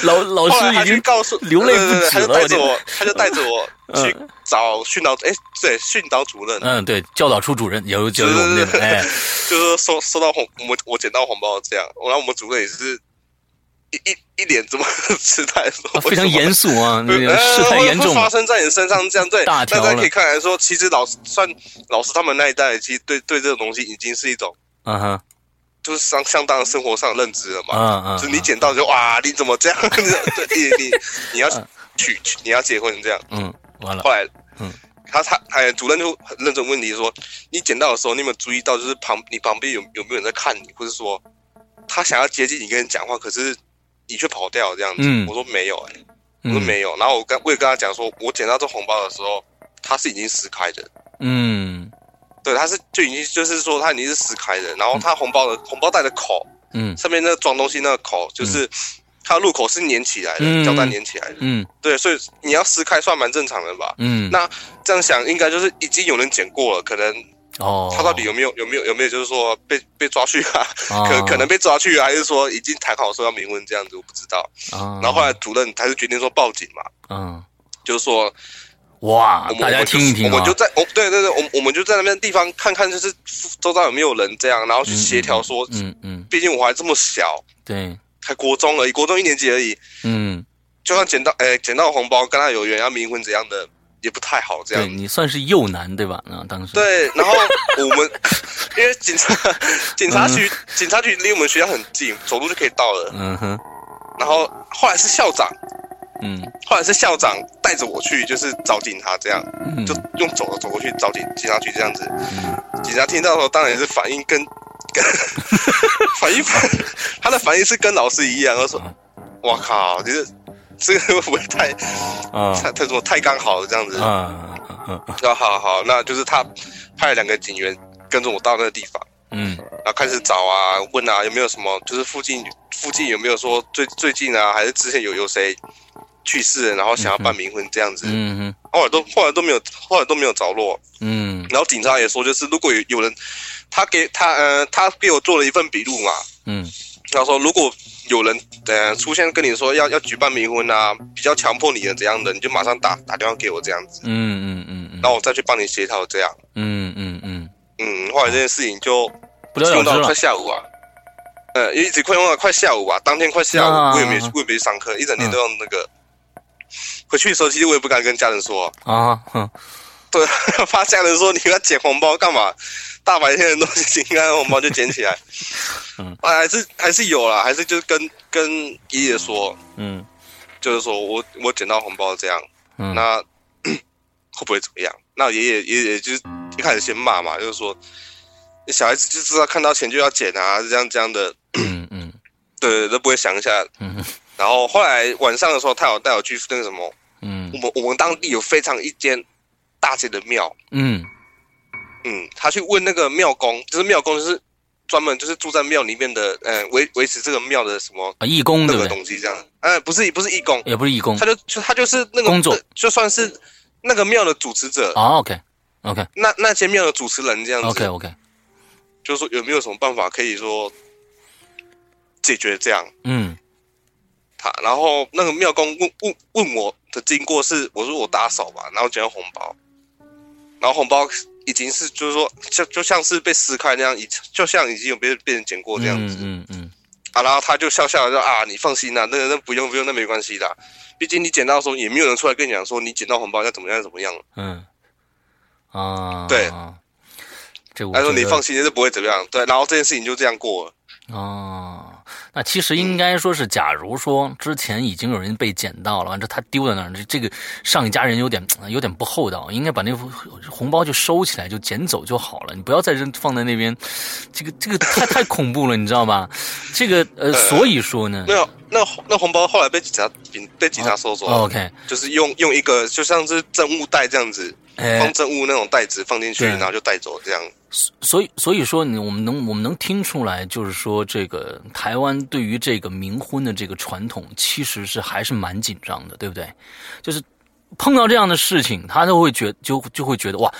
Speaker 1: 老 老
Speaker 2: 后来
Speaker 1: 师
Speaker 2: 他
Speaker 1: 已
Speaker 2: 就
Speaker 1: 经
Speaker 2: 告诉
Speaker 1: 流泪
Speaker 2: 对对
Speaker 1: 不
Speaker 2: 对
Speaker 1: 止了，
Speaker 2: 他就
Speaker 1: 我
Speaker 2: 带
Speaker 1: 天
Speaker 2: 着我，他就带着我
Speaker 1: 嗯
Speaker 2: 去找训导，哎，对，训导主任，
Speaker 1: 嗯，对，教导处主任也有教育我们这边，哎，
Speaker 2: 就是收收到红，我我捡到红包这样，然后我们主任也是一一一脸怎么 痴呆说
Speaker 1: 啊，非常
Speaker 2: 为什么
Speaker 1: 严肃啊，那个
Speaker 2: 呃
Speaker 1: 事态
Speaker 2: 会
Speaker 1: 严重
Speaker 2: 会，发生在你身上这样对，
Speaker 1: 大
Speaker 2: 大
Speaker 1: 条了
Speaker 2: 家可以看来说，其实老师算老师他们那一代，其实对对这种东西已经是一种
Speaker 1: 嗯哼，
Speaker 2: 就是相相当的生活上的认知了嘛。
Speaker 1: 嗯嗯，
Speaker 2: 就是你捡到就哇，你怎么 这样？对，你你你要娶娶你要结婚这样。
Speaker 1: 嗯，完了，
Speaker 2: 后来，
Speaker 1: 嗯
Speaker 2: 他他哎，主任就很认真问你说，你捡到的时候，你有没有注意到，就是旁你旁边有有没有人在看你，或者说他想要接近你跟你讲话，可是你却跑掉这样子？
Speaker 1: 嗯
Speaker 2: 我说没有、哎，
Speaker 1: 嗯
Speaker 2: 我说没有。然后我跟我也跟他讲说，我捡到这红包的时候，它是已经撕开的，
Speaker 1: 嗯
Speaker 2: 对，它是就已经就是说它已经是撕开的，然后它红包的、红包袋的口
Speaker 1: 嗯
Speaker 2: 上面那个装东西那个口就是。它的入口是粘起来
Speaker 1: 嗯
Speaker 2: 的，胶带粘起来的，
Speaker 1: 嗯
Speaker 2: 对，所以你要撕开算蛮正常的吧？
Speaker 1: 嗯，
Speaker 2: 那这样想，应该就是已经有人捡过了，可能
Speaker 1: 哦，
Speaker 2: 他到底有没有、有没有有没有就是说被被抓去啊？
Speaker 1: 啊
Speaker 2: 可可能被抓去啊，还是说已经谈好说要明问这样子，我不知道。
Speaker 1: 啊，
Speaker 2: 然后后来主任还是决定说报警嘛，
Speaker 1: 嗯，
Speaker 2: 就是说
Speaker 1: 哇
Speaker 2: 我，们
Speaker 1: 大家听一听啊，
Speaker 2: 我们就在我对对对，我们我们就在那边地方看看，就是周遭有没有人这样，然后去协调说，
Speaker 1: 嗯嗯，
Speaker 2: 毕竟我还这么小，
Speaker 1: 对，
Speaker 2: 才国中而已，国中一年级而已，
Speaker 1: 嗯，
Speaker 2: 就算捡到哎捡到红包跟他有缘要冥婚怎样的，也不太好这样
Speaker 1: 对你算是幼男对吧？啊，当时，
Speaker 2: 对，然后我们 因为警察
Speaker 1: 嗯
Speaker 2: 警察局、警察局离我们学校很近，走路就可以到了。
Speaker 1: 嗯哼，
Speaker 2: 然后后来是校长，
Speaker 1: 嗯
Speaker 2: 后来是校长带着我去，就是找警察这样，
Speaker 1: 嗯，
Speaker 2: 就用走的走过去找警警察局这样子。
Speaker 1: 嗯
Speaker 2: 警察听到的时候，当然也是反应跟 跟反应， 他的反应是跟老师一样，他说：“我靠，就是这个会不会太
Speaker 1: 啊
Speaker 2: 太太什么太刚好了这样子？”
Speaker 1: 啊啊啊，
Speaker 2: 那好好，那就是他派了两个警员跟着我到那个地方。
Speaker 1: 嗯
Speaker 2: 然后开始找啊，问啊，有没有什么，就是附近附近有没有说最最近啊，还是之前有有谁去世了，然后想要办冥婚这样子。
Speaker 1: 嗯
Speaker 2: 后来都后来都没有，后来都没有着落。
Speaker 1: 嗯
Speaker 2: 然后警察也说，就是如果有有人，他给他呃，他给我做了一份笔录嘛，
Speaker 1: 嗯
Speaker 2: 他说如果有人呃出现跟你说要要举办冥婚啊，比较强迫你的怎样的，你就马上打打电话给我这样子，
Speaker 1: 嗯嗯嗯
Speaker 2: 然后我再去帮你协调这样。
Speaker 1: 嗯嗯嗯，
Speaker 2: 嗯，后来这件事情就
Speaker 1: 不了了
Speaker 2: 用
Speaker 1: 之
Speaker 2: 到快
Speaker 1: 了，
Speaker 2: 下午啊，呃，一直快用到快下午啊，当天快下午，
Speaker 1: 啊
Speaker 2: 我也没我也没上课，一整天都用那个。回去的时候，其实我也不敢跟家人说，
Speaker 1: 啊，哼，
Speaker 2: 对，怕家人说你要捡红包干嘛？大白天的东西，应该红包就捡起来。
Speaker 1: 嗯
Speaker 2: 啊，还是还是有啦，还是就是跟跟爷爷说，
Speaker 1: 嗯
Speaker 2: 就是说我我捡到红包这样，
Speaker 1: 嗯，
Speaker 2: 那 会不会怎么样？那爷爷爷爷就是一开始先骂嘛，就是说你小孩子就知道看到钱就要捡啊，这样这样的，
Speaker 1: 嗯嗯
Speaker 2: 对，都不会想一下。
Speaker 1: 嗯
Speaker 2: 然后后来晚上的时候，他有带我去那个什么，
Speaker 1: 嗯
Speaker 2: 我们我们当地有非常一间大间的庙，
Speaker 1: 嗯
Speaker 2: 嗯，他去问那个庙公，就是庙公就是专门就是住在庙里面的，嗯、维维持这个庙的什么
Speaker 1: 啊，义工
Speaker 2: 那
Speaker 1: 对不
Speaker 2: 个
Speaker 1: 对？
Speaker 2: 东西这样，呃，不是不是义工，
Speaker 1: 也不是义工
Speaker 2: 他就就他就是那个
Speaker 1: 嗯工作
Speaker 2: 就算是那个庙的主持者，
Speaker 1: 啊，OK OK
Speaker 2: 那那间庙的主持人这样子
Speaker 1: OK OK，
Speaker 2: 就是说有没有什么办法可以说解决这样？
Speaker 1: 嗯
Speaker 2: 他，然后那个庙公问问问我的经过是，我说我打扫吧，然后捡到红包，然后红包已经是就是说就就像是被撕开那样，已就像已经有被被人捡过这样子、
Speaker 1: 嗯嗯
Speaker 2: 啊，然后他就笑笑地说啊，你放心啦、那个那不用不用，那没关系的，毕竟你捡到的时候也没有人出来跟你讲说你捡到红包要怎么样怎么样，
Speaker 1: 嗯嗯啊，，这我
Speaker 2: 他说你放心，这不会怎么样，对，然后这件事情就这样过了，
Speaker 1: 哦，那其实应该说是，假如说之前已经有人被捡到了，完之后他丢在那儿，这这个上一家人有点有点不厚道，应该把那个红包就收起来，就捡走就好了，你不要再扔放在那边，这个这个太太恐怖了，你知道吧？这个呃，所以说呢
Speaker 2: 那那那红包后来被警察被警
Speaker 1: 啊
Speaker 2: 察收走了，
Speaker 1: ，OK，
Speaker 2: 就是用用一个就像是证物袋这样子。
Speaker 1: 哎
Speaker 2: 放，证物那种袋子放进去，
Speaker 1: 对
Speaker 2: 然后就带走这样。
Speaker 1: 所所以所以说你，我们能我们能听出来，就是说这个台湾对于这个冥婚的这个传统，其实是还是蛮紧张的，对不对？就是碰到这样的事情，他都会觉就就会觉得哇，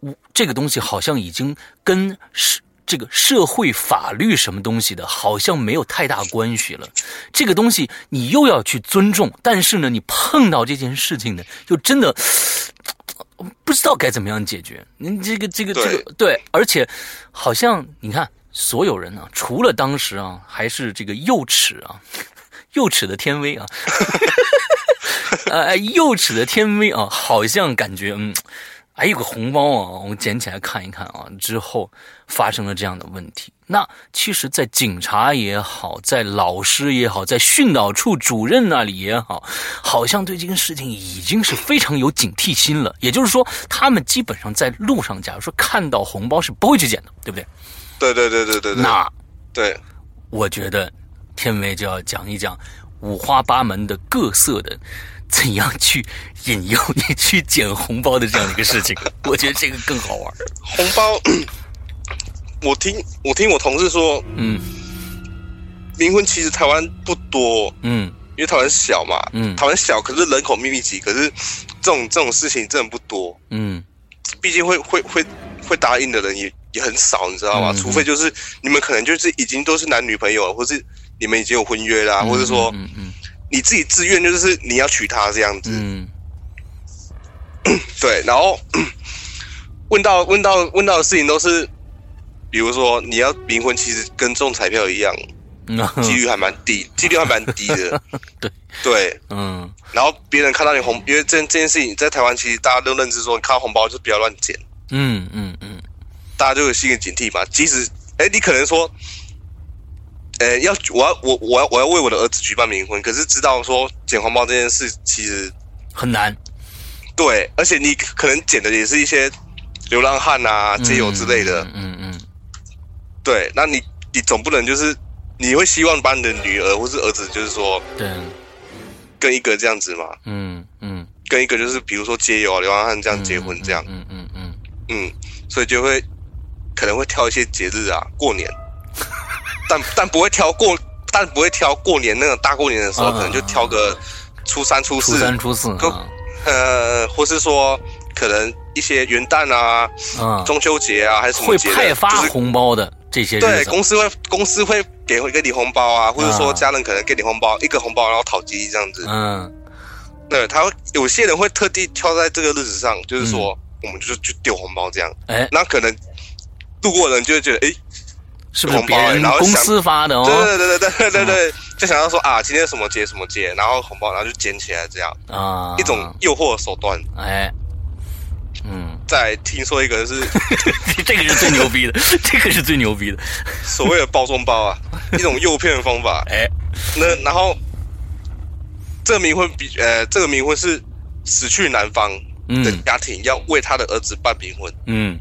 Speaker 1: 我这个东西好像已经跟是。这个社会法律什么东西的，好像没有太大关系了。这个东西你又要去尊重，但是呢，你碰到这件事情呢，就真的不知道该怎么样解决。您这个这个这个对，而且好像你看，所有人啊，除了当时啊，还是这个幼齿啊，幼齿的天威啊， 呃，幼齿的天威啊，好像感觉嗯。还有个红包啊，我捡起来看一看啊。之后发生了这样的问题，那其实，在警察也好，在老师也好，在训导处主任那里也好，好像对这个事情已经是非常有警惕心了。也就是说，他们基本上在路上，假如说看到红包是不会去捡的，对不对？
Speaker 2: 对对对对对对。
Speaker 1: 那
Speaker 2: 对
Speaker 1: 我觉得天威就要讲一讲五花八门的各色的。怎样去引诱你去捡红包的这样的一个事情，我觉得这个更好玩。
Speaker 2: 红包，我听我听我同事说，
Speaker 1: 嗯
Speaker 2: 冥婚其实台湾不多，
Speaker 1: 嗯
Speaker 2: 因为台湾小嘛，
Speaker 1: 嗯
Speaker 2: 台湾小，可是人口密集，可是这种这种事情真的不多，
Speaker 1: 嗯
Speaker 2: 毕竟会会会会答应的人也也很少，你知道吗？
Speaker 1: 嗯嗯
Speaker 2: 除非就是你们可能就是已经都是男女朋友了，或是你们已经有婚约啦，或者说
Speaker 1: 嗯嗯
Speaker 2: 你自己自愿就是你要娶她这样子，
Speaker 1: 嗯
Speaker 2: 对，然后 问到问到问到的事情都是，比如说你要冥婚，其实跟中彩票一样，
Speaker 1: 嗯。
Speaker 2: 几率还蛮低，几率还蛮低的
Speaker 1: 对
Speaker 2: 对，
Speaker 1: 嗯
Speaker 2: 然后别人看到你红，因为这这件事情在台湾其实大家都认知说，你看到红包就不要乱捡，
Speaker 1: 嗯嗯嗯
Speaker 2: 大家就有心理警惕嘛。即使哎，你可能说，呃，要我要我我要我要为我的儿子举办冥婚，可是知道说捡红包这件事其实
Speaker 1: 很难。
Speaker 2: 对，而且你可能捡的也是一些流浪汉啊、街友之类的。
Speaker 1: 嗯嗯
Speaker 2: 对，那你你总不能就是你会希望把你的女儿或是儿子，就是说
Speaker 1: 对，
Speaker 2: 跟一个这样子嘛，
Speaker 1: 嗯嗯，
Speaker 2: 跟一个就是比如说街友啊、流浪汉这样结婚这样，
Speaker 1: 嗯嗯嗯，
Speaker 2: 嗯所以就会可能会挑一些节日啊，过年，但但不会挑过，但不会挑过年那种大过年的时候，
Speaker 1: 啊
Speaker 2: 可能就挑个初三、初
Speaker 1: 初
Speaker 2: 四，
Speaker 1: 三初四啊，
Speaker 2: 呃，或是说可能一些元旦啊、
Speaker 1: 啊，
Speaker 2: 中秋节啊，还是什
Speaker 1: 会
Speaker 2: 么节的
Speaker 1: 派
Speaker 2: 就
Speaker 1: 发
Speaker 2: 是
Speaker 1: 红包的这些
Speaker 2: 对
Speaker 1: 日，子，
Speaker 2: 公司会公司会给会给你红包啊，或者说家人可能给你红包，一个红包然后讨鸡这样子。
Speaker 1: 嗯
Speaker 2: 对，他会有些人会特地挑在这个日子上，就是说、我们就去丢红包这样。
Speaker 1: 哎，
Speaker 2: 那可能路过的人就会觉得，哎、
Speaker 1: 是不是别人公司发的哦？
Speaker 2: 对对对对对对对，就想要说啊，今天什么节什么节，然后红包然后就捡起来这样，
Speaker 1: 啊，
Speaker 2: 一种诱惑手段。
Speaker 1: 哎，嗯。
Speaker 2: 再听说一个是
Speaker 1: 这个是最牛逼的，这个是最牛逼的。
Speaker 2: 所谓的包装包啊，一种诱骗的方法。
Speaker 1: 哎，
Speaker 2: 那然后这个冥婚比呃，这个冥婚是死去男方的
Speaker 1: 嗯
Speaker 2: 家庭要为他的儿子办冥婚，
Speaker 1: 嗯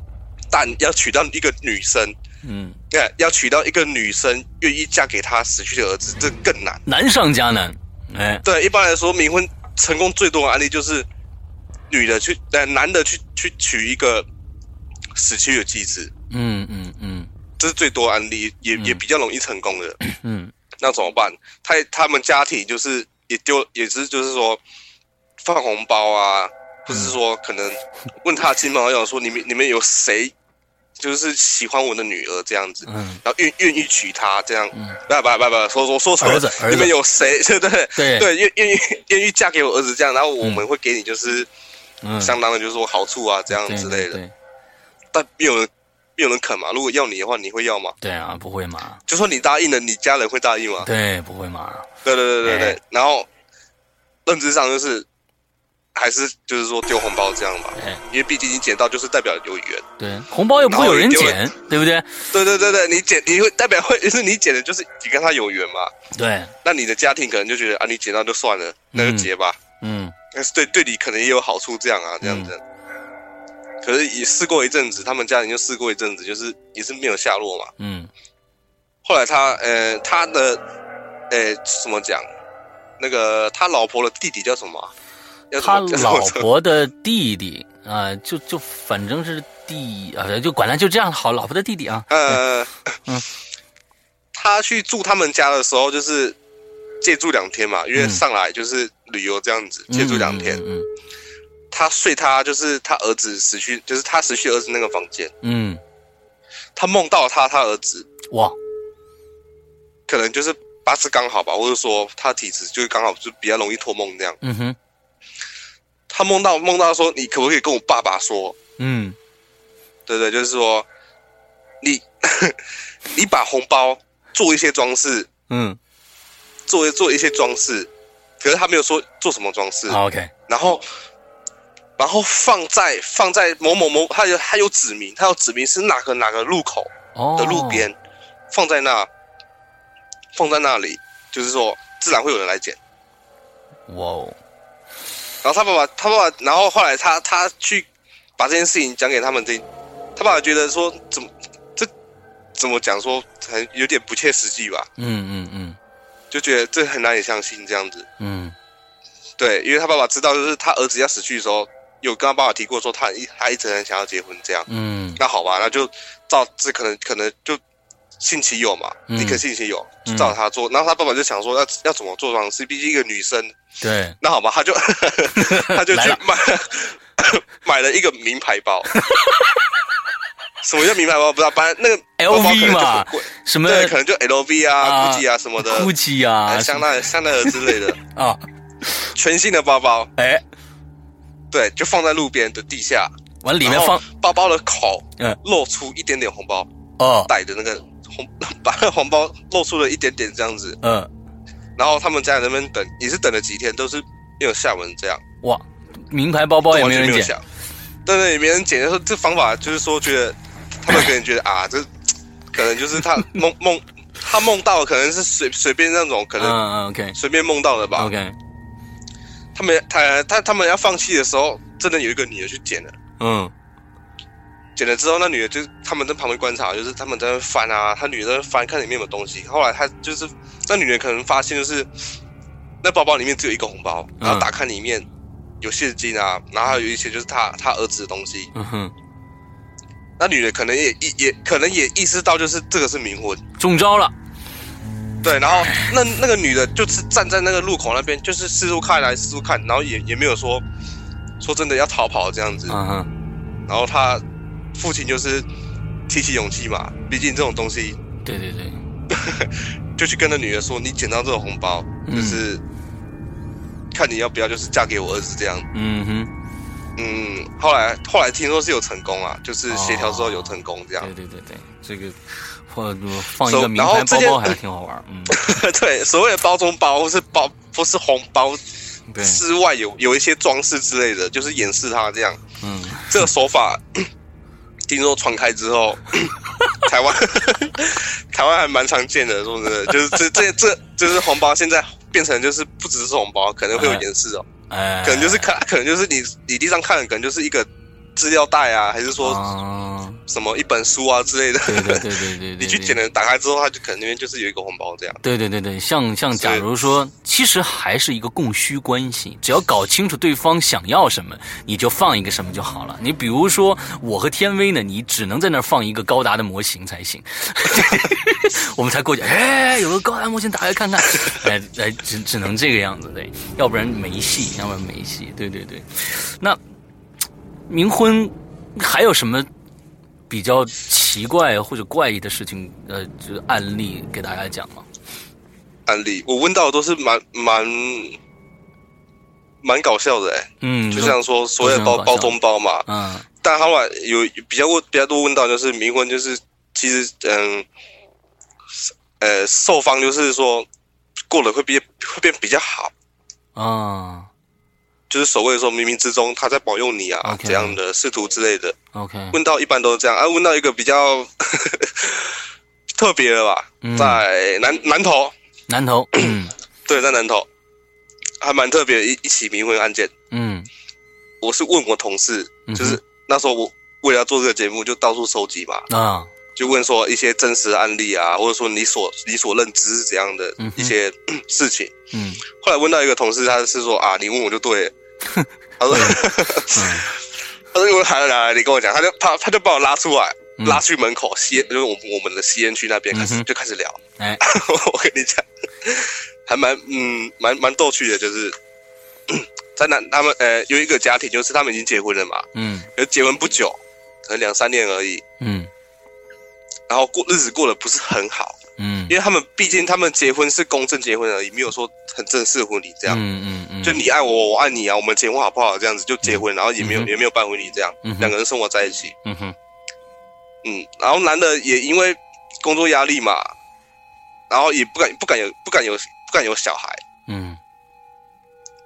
Speaker 2: 但要娶到一个女生，
Speaker 1: 嗯，
Speaker 2: 呃，要娶到一个女生愿意嫁给他死去的儿子，这更难。
Speaker 1: 难上加难。哎，
Speaker 2: 对，一般来说，冥婚成功最多的案例就是女的去呃男的去去娶一个死去的妻子，
Speaker 1: 嗯嗯嗯
Speaker 2: 这是最多的案例，也也比较容易成功的。
Speaker 1: 嗯
Speaker 2: 那怎么办？他他们家庭就是也丢，也是就是说放红包啊，
Speaker 1: 嗯
Speaker 2: 或是说可能问他亲朋好友说你们你们有谁就是喜欢我的女儿这样子，
Speaker 1: 嗯，
Speaker 2: 然后愿愿意娶她这样，
Speaker 1: 嗯
Speaker 2: 不不不不，说说说错
Speaker 1: 儿子
Speaker 2: 了
Speaker 1: 儿，子
Speaker 2: 你们有谁 对对
Speaker 1: 对
Speaker 2: 对愿愿意愿意嫁给我儿子这样，然后我们会给你就是
Speaker 1: 嗯，
Speaker 2: 相当的就是说好处啊这样
Speaker 1: 对
Speaker 2: 之类的，
Speaker 1: 对
Speaker 2: 但没有人没有人肯嘛，如果要你的话，你会要吗？
Speaker 1: 对啊，不会嘛？
Speaker 2: 就算你答应了，你家人会答应吗？
Speaker 1: 对，不会嘛？
Speaker 2: 对对对对对，
Speaker 1: 哎
Speaker 2: 然后认知上就是还是就是说丢红包这样吧，
Speaker 1: 哎，
Speaker 2: 因为毕竟你捡到就是代表有缘。
Speaker 1: 对，红包又不会有人捡，对不对？
Speaker 2: 对对对对，你捡你会代表会就是你捡的就是你跟他有缘嘛，
Speaker 1: 对，
Speaker 2: 那你的家庭可能就觉得啊你捡到就算了，那就结吧，
Speaker 1: 嗯
Speaker 2: 但是对对你可能也有好处这样啊这样子。可是也试过一阵子，他们家人就试过一阵子，就是也是没有下落嘛。
Speaker 1: 嗯
Speaker 2: 后来他呃他的呃怎么讲，那个他老婆的弟弟叫 什么啊？要怎
Speaker 1: 他
Speaker 2: 么叫
Speaker 1: 老
Speaker 2: 什么
Speaker 1: 婆的弟弟啊、就就反正是弟啊，就管他就这样好，老婆的弟弟啊，
Speaker 2: 呃，他去住他们家的时候，就是借住两天嘛，因为
Speaker 1: 嗯
Speaker 2: 上来就是旅游这样子，借住两天。
Speaker 1: 嗯
Speaker 2: 他睡他就是他儿子死去，就是他死去儿子那个房间，
Speaker 1: 嗯，嗯
Speaker 2: 他梦到他他儿子，
Speaker 1: 哇，
Speaker 2: 可能就是八字刚好吧，或者说他体质就是刚好就比较容易托梦这样。
Speaker 1: 嗯哼，
Speaker 2: 他梦到梦到说，你可不可以跟我爸爸说？
Speaker 1: 嗯
Speaker 2: 对对，就是说你你把红包做一些装饰，
Speaker 1: 嗯
Speaker 2: 做一做一些装饰，可是他没有说做什么装饰，
Speaker 1: 好，OK，嗯啊
Speaker 2: 然后然后放在放在某某某，他有他有指明，他有指明是哪个哪个路口
Speaker 1: 哦，
Speaker 2: 的路边，放在那放在那里，就是说自然会有人来捡。
Speaker 1: 哇哦，
Speaker 2: 然后他爸爸，他爸爸，然后后来他他去把这件事情讲给他们听，他爸爸觉得说怎么这怎么讲说很有点不切实际吧，
Speaker 1: 嗯嗯嗯
Speaker 2: 就觉得这很难以相信这样子。
Speaker 1: 嗯
Speaker 2: 对，因为他爸爸知道就是他儿子要死去的时候，有跟他爸爸提过说他一他一直很想要结婚这样。
Speaker 1: 嗯
Speaker 2: 那好吧，那就照这可能可能就信其有嘛，
Speaker 1: 嗯
Speaker 2: 你可信其有，就
Speaker 1: 嗯
Speaker 2: 照他做。然后他爸爸就想说要要怎么做装饰，毕竟一个女生，
Speaker 1: 对，
Speaker 2: 那好吧，他就 他就
Speaker 1: 来
Speaker 2: 去
Speaker 1: 了
Speaker 2: 买 买了一个名牌包。什么叫名牌包？不知道，反正那个
Speaker 1: LV
Speaker 2: 包包可能就
Speaker 1: 嘛
Speaker 2: 很贵
Speaker 1: 什么
Speaker 2: 对，可能就 LV 啊、
Speaker 1: 啊
Speaker 2: GUCCI 啊什么的，
Speaker 1: GUCCI 啊，
Speaker 2: 哎
Speaker 1: 什
Speaker 2: 香
Speaker 1: 么
Speaker 2: 奈香奈儿之 类的，
Speaker 1: 啊，
Speaker 2: 全新的包包，
Speaker 1: 哎，
Speaker 2: 对，就放在路边的地下，
Speaker 1: 完了里面
Speaker 2: 然后
Speaker 1: 放
Speaker 2: 包包的口，
Speaker 1: 嗯
Speaker 2: 露出一点点红包
Speaker 1: 哦，
Speaker 2: 袋的那个红， 把那个红包露出了一点点这样子，
Speaker 1: 嗯，
Speaker 2: 然后他们家人在那边等，也是等了几天，都是没有下文这样。
Speaker 1: 哇，名牌包包哦也
Speaker 2: 完
Speaker 1: 没
Speaker 2: 全
Speaker 1: 人
Speaker 2: 没有
Speaker 1: 捡，
Speaker 2: 想，但是也没人捡。就是说这方法就是说，觉得他们可能觉得啊，这可能就是他 梦梦他梦到的可能是随随便那种可
Speaker 1: 嗯
Speaker 2: 能
Speaker 1: 嗯，OK
Speaker 2: 随便梦到的吧。
Speaker 1: OK，
Speaker 2: 他们他他他们要放弃的时候，真的有一个女的去捡了。
Speaker 1: 嗯
Speaker 2: 捡了之后，那女的就他们在旁边观察，就是他们在那翻啊，他女的在那翻看里面有没有东西。后来她就是那女人可能发现就是那包包里面只有一个红包，然
Speaker 1: 嗯
Speaker 2: 后打开里面有现金啊，然后还有一些就是她她儿子的东西。
Speaker 1: 嗯哼，
Speaker 2: 那女的可能也也也可能也意识到，就是这个是冥婚，
Speaker 1: 中招了，
Speaker 2: 对。然后那那个女的就是站在那个路口那边，就是四处看来四处看，然后也也没有说说真的要逃跑这样子。
Speaker 1: 嗯哼，
Speaker 2: 然后她父亲就是提起勇气嘛，毕竟这种东西
Speaker 1: 对对对，
Speaker 2: 就去跟那女的说，你捡到这个红包，
Speaker 1: 嗯
Speaker 2: 就是、看你要不要，就是嫁给我儿子这样。
Speaker 1: 嗯哼，
Speaker 2: 嗯，后来后来听说是有成功啊，就是协调之后有成功这样。
Speaker 1: 对对对对，这个或放一
Speaker 2: So，
Speaker 1: 个名
Speaker 2: 然后
Speaker 1: 牌
Speaker 2: 这
Speaker 1: 包
Speaker 2: 件
Speaker 1: 包还挺好玩，嗯，
Speaker 2: 对，所谓的包中包或是包不是红包
Speaker 1: 对，
Speaker 2: 室外有有一些装饰之类的，就是掩饰它这样。
Speaker 1: 嗯，
Speaker 2: 这个手法 听说传开之后， 台湾 台湾还蛮常见的，说真的，就是这这这就是红包现在变成就是不只是红包，可能会有掩饰哦，
Speaker 1: 哎，
Speaker 2: 可能就是看，可能就是你你地上看的，可能就是一个资料袋啊，还是说
Speaker 1: 啊，
Speaker 2: 什么一本书啊之类的。
Speaker 1: 对对对对对，
Speaker 2: 你去
Speaker 1: 对
Speaker 2: 捡了，打开之后，它就可能那边就是有一个红包这样。
Speaker 1: 对对对对，像像
Speaker 2: 所以
Speaker 1: 假如说，其实还是一个供需关系，只要搞清楚对方想要什么，你就放一个什么就好了。你比如说我和天威呢，你只能在那儿放一个高达的模型才行， 我们才过去。哎，有个高达模型，打开看看。 哎哎，只只能这个样子对，要不然没戏，要不然没戏。对对对，那冥婚还有什么比较奇怪或者怪异的事情？呃，就是案例给大家讲吗？
Speaker 2: 案例我问到的都是蛮蛮蛮搞笑的哎、
Speaker 1: 嗯，
Speaker 2: 就像说所谓的
Speaker 1: 都是
Speaker 2: 包
Speaker 1: 很搞笑
Speaker 2: 包中包嘛，
Speaker 1: 嗯
Speaker 2: 但他们有比较问比较多问到就是冥婚，就是其实嗯呃受方就是说过得会比会变比较好，
Speaker 1: 啊
Speaker 2: 就是所谓说冥冥之中他在保佑你啊
Speaker 1: OK
Speaker 2: 这样的仕途之类的。
Speaker 1: ，OK，
Speaker 2: 问到一般都是这样啊，问到一个比较 特别的吧
Speaker 1: 嗯，
Speaker 2: 在南南投，
Speaker 1: 南头，嗯
Speaker 2: 对，在南投还蛮特别的一一起冥婚案件。
Speaker 1: 嗯
Speaker 2: 我是问我同事，就是那时候我为了要做这个节目，就到处收集嘛，
Speaker 1: 啊，
Speaker 2: 就问说一些真实案例啊，或者说你所你所认知是怎样的
Speaker 1: 嗯哼
Speaker 2: 一些 事情。
Speaker 1: 嗯
Speaker 2: 后来问到一个同事，他是说啊，你问我就对了。他说，
Speaker 1: 嗯
Speaker 2: 他他就喊来来，你跟我讲，他就他他就把我拉出来，拉去门口吸，就是我们我们的吸烟区那边开
Speaker 1: 嗯
Speaker 2: 始
Speaker 1: 哼
Speaker 2: 就开始聊。
Speaker 1: 哎，
Speaker 2: 我跟你讲，还蛮嗯蛮蛮逗趣的，就是 在那他们呃有一个家庭，就是他们已经结婚了嘛，
Speaker 1: 嗯
Speaker 2: 可是结婚不久，可能两三年而已，
Speaker 1: 嗯
Speaker 2: 然后过日子过得不是很好，
Speaker 1: 嗯，
Speaker 2: 因为他们毕竟他们结婚是公证结婚而已，没有说很正式的婚礼这样。
Speaker 1: 嗯嗯嗯，
Speaker 2: 就你爱我，我爱你啊，我们结婚好不好？这样子就结婚，然后也没有、
Speaker 1: 嗯哼
Speaker 2: 也没有办婚礼，这样、
Speaker 1: 嗯哼
Speaker 2: 两个人生活在一起。
Speaker 1: 嗯哼
Speaker 2: 嗯，然后男的也因为工作压力嘛，然后也不敢不敢有不敢有不敢有小孩，
Speaker 1: 嗯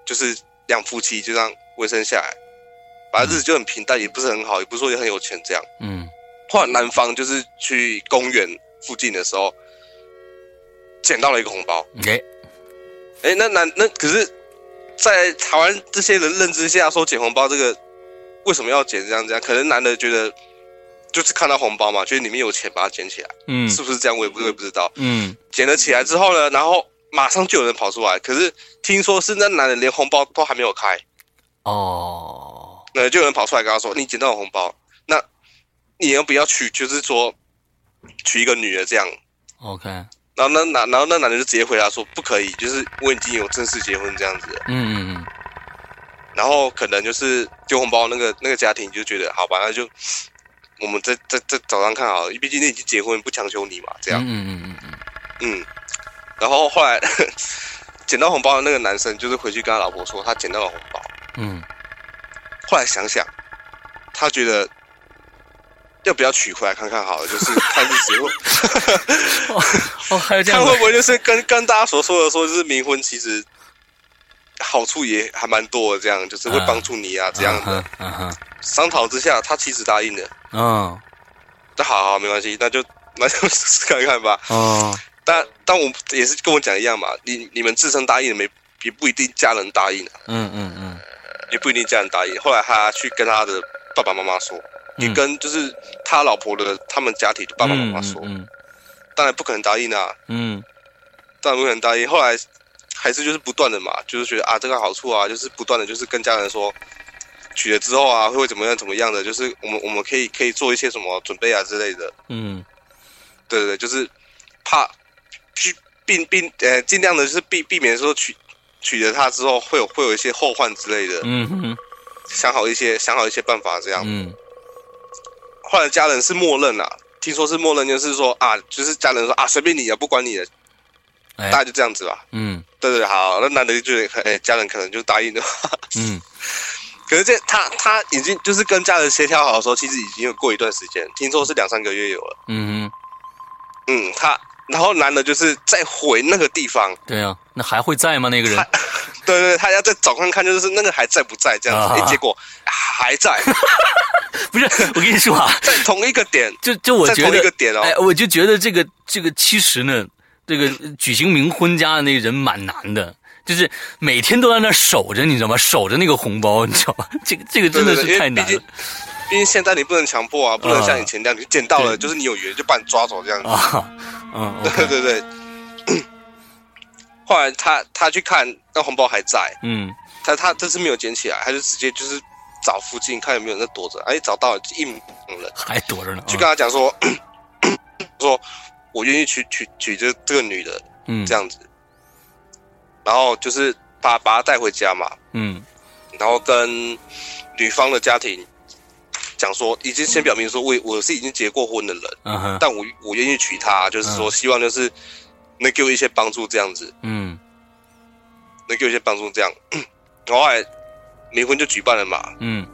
Speaker 2: 就是两夫妻就这样维生下来，反正日子就很平淡，也不是很好，也不是说也很有钱这样。
Speaker 1: 嗯
Speaker 2: 后来男方就是去公园附近的时候，捡到了一个红包。
Speaker 1: 哎
Speaker 2: 哎，那男那可是，在台湾这些人认知下，说捡红包这个为什么要捡这样这样？可能男的觉得就是看到红包嘛，觉得里面有钱，把它捡起来，
Speaker 1: 嗯
Speaker 2: 是不是这样？我也不我也不知道。
Speaker 1: 嗯
Speaker 2: 捡了起来之后呢，然后马上就有人跑出来，可是听说是那男的连红包都还没有开，
Speaker 1: 哦
Speaker 2: 那就有人跑出来跟他说：“你捡到我红包，那你要不要娶？就是说娶一个女的这样。”
Speaker 1: ，OK，
Speaker 2: 然后那男，然后那男的就直接回答说：“不可以，就是我已经有正式结婚这样子
Speaker 1: 음,
Speaker 2: 了。”
Speaker 1: 嗯嗯
Speaker 2: 然后可能就是丢红包那个那个家庭就觉得好吧，那就我们再再再找上看好了，毕竟你已经结婚，不强求你嘛，这样
Speaker 1: 嗯，嗯嗯嗯
Speaker 2: 嗯。然后后来 捡到红包的那个男生就是回去跟他老婆说他捡到了红包，
Speaker 1: 嗯
Speaker 2: 后来想想，他觉得要不要取回来看看好了，就是看日子会，
Speaker 1: 嗯，哦还有这样
Speaker 2: 看会不会就是跟跟大家所说的说，就是冥婚其实好处也还蛮多的，这样就是会帮助你啊，这样的。
Speaker 1: 的，嗯哼，
Speaker 2: 商讨之下，他妻子答应了。
Speaker 1: 嗯
Speaker 2: 那好好，没关系，那就那就 试试看看吧。
Speaker 1: 哦，
Speaker 2: 但但我也是跟我讲一样嘛，你你们自身答应没，也不一定家人答应啊，
Speaker 1: 嗯嗯嗯
Speaker 2: 也不一定家人答应。后来他去跟他的爸爸妈妈说，也
Speaker 1: 嗯
Speaker 2: 跟就是他老婆的他们家庭的爸爸妈妈说，
Speaker 1: 嗯
Speaker 2: 当然不可能答应啊，
Speaker 1: 嗯
Speaker 2: 当然不可能答应。后来还是就是不断的嘛，就是觉得啊这个好处啊，就是不断的就是跟家人说。娶了之后啊，会怎么样怎么样的？就是我们我们可以可以做一些什么准备啊之类的。
Speaker 1: 嗯
Speaker 2: 对对对，就是怕去避避呃，尽量的就是避避免说娶娶了她之后会有会有一些后患之
Speaker 1: 음,
Speaker 2: 类的，
Speaker 1: 嗯
Speaker 2: 想好一些想好一些办法这样。
Speaker 1: 嗯
Speaker 2: 后来家人是默认啊，听说是默认就是说啊，就是家人说啊随便你啊，不管你的，
Speaker 1: 哎
Speaker 2: 大概就这样子吧。
Speaker 1: 嗯
Speaker 2: 对对，对好，那男的就觉得，哎，家人可能就答应了。
Speaker 1: 嗯
Speaker 2: 可是这他他已经就是跟家人协调好的时候，其实已经有过一段时间，听说是两三个月有了。
Speaker 1: 嗯，
Speaker 2: 嗯，他然后男的就是再回那个地方，
Speaker 1: 对呀，那还会在吗？那个人
Speaker 2: 对对，对他要再找看看，就是那个还在不在这样子。
Speaker 1: 啊
Speaker 2: 诶结果还在，
Speaker 1: 不是，我跟你说啊，
Speaker 2: 在同一个点，
Speaker 1: 就就我
Speaker 2: 在
Speaker 1: 觉
Speaker 2: 同
Speaker 1: 得
Speaker 2: 一个点哦。
Speaker 1: 哎，我就觉得这个这个其实呢，这个举行冥婚家的那个人蛮难的，就是每天都在那守着，你知道吗？守着那个红包，你知道吗？ 这个这个
Speaker 2: 对
Speaker 1: 真
Speaker 2: 对
Speaker 1: 的
Speaker 2: 对，
Speaker 1: 是
Speaker 2: 因
Speaker 1: 太
Speaker 2: 为毕
Speaker 1: 难
Speaker 2: 竟
Speaker 1: 了
Speaker 2: 毕竟现在你不能强迫啊，不能
Speaker 1: 啊
Speaker 2: 像以前那样，你捡到
Speaker 1: 对
Speaker 2: 了就是你有缘就把你抓走这样子。
Speaker 1: 啊！嗯
Speaker 2: 对
Speaker 1: ，OK，
Speaker 2: 对对。 后来他他去看，那红包还在，
Speaker 1: 嗯
Speaker 2: 他他这次没有捡起来，他就直接就是找附近看有没有人在躲着，哎，找到了一模人，
Speaker 1: 还躲着呢，啊
Speaker 2: 就跟他讲说， 说我愿意娶娶娶这这个女的，
Speaker 1: 嗯
Speaker 2: 这样子，然后就是把把他带回家嘛，
Speaker 1: 嗯
Speaker 2: 然后跟女方的家庭讲说，已经先表明说我我是已经结过婚的人，
Speaker 1: 嗯哼
Speaker 2: 但我我愿意娶她，就是说希望就是能给我一些帮助这样子，
Speaker 1: 嗯
Speaker 2: 能给我一些帮助这样。 然后后来冥婚就举办了嘛，
Speaker 1: 嗯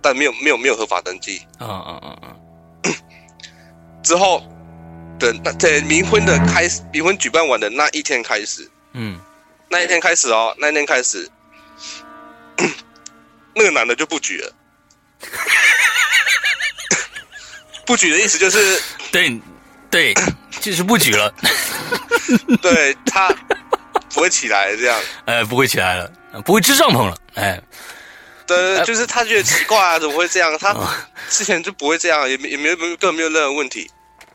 Speaker 2: 但没有没有没有合法登记。
Speaker 1: 啊啊啊啊
Speaker 2: 之后等那在冥婚的开始，冥婚举办完的那一天开始，
Speaker 1: 嗯
Speaker 2: 那一天开始哦，那一天开始， 那个男的就不举了。 不举的意思就是，
Speaker 1: 对对，就是不举了，
Speaker 2: 对他不会起来这样。
Speaker 1: 哎，不会起来了，不会支帐篷了，哎，呃
Speaker 2: 对，就是他觉得奇怪啊，怎么会这样？
Speaker 1: 哦
Speaker 2: 他之前就不会这样，也没也没有根本没有任何问题。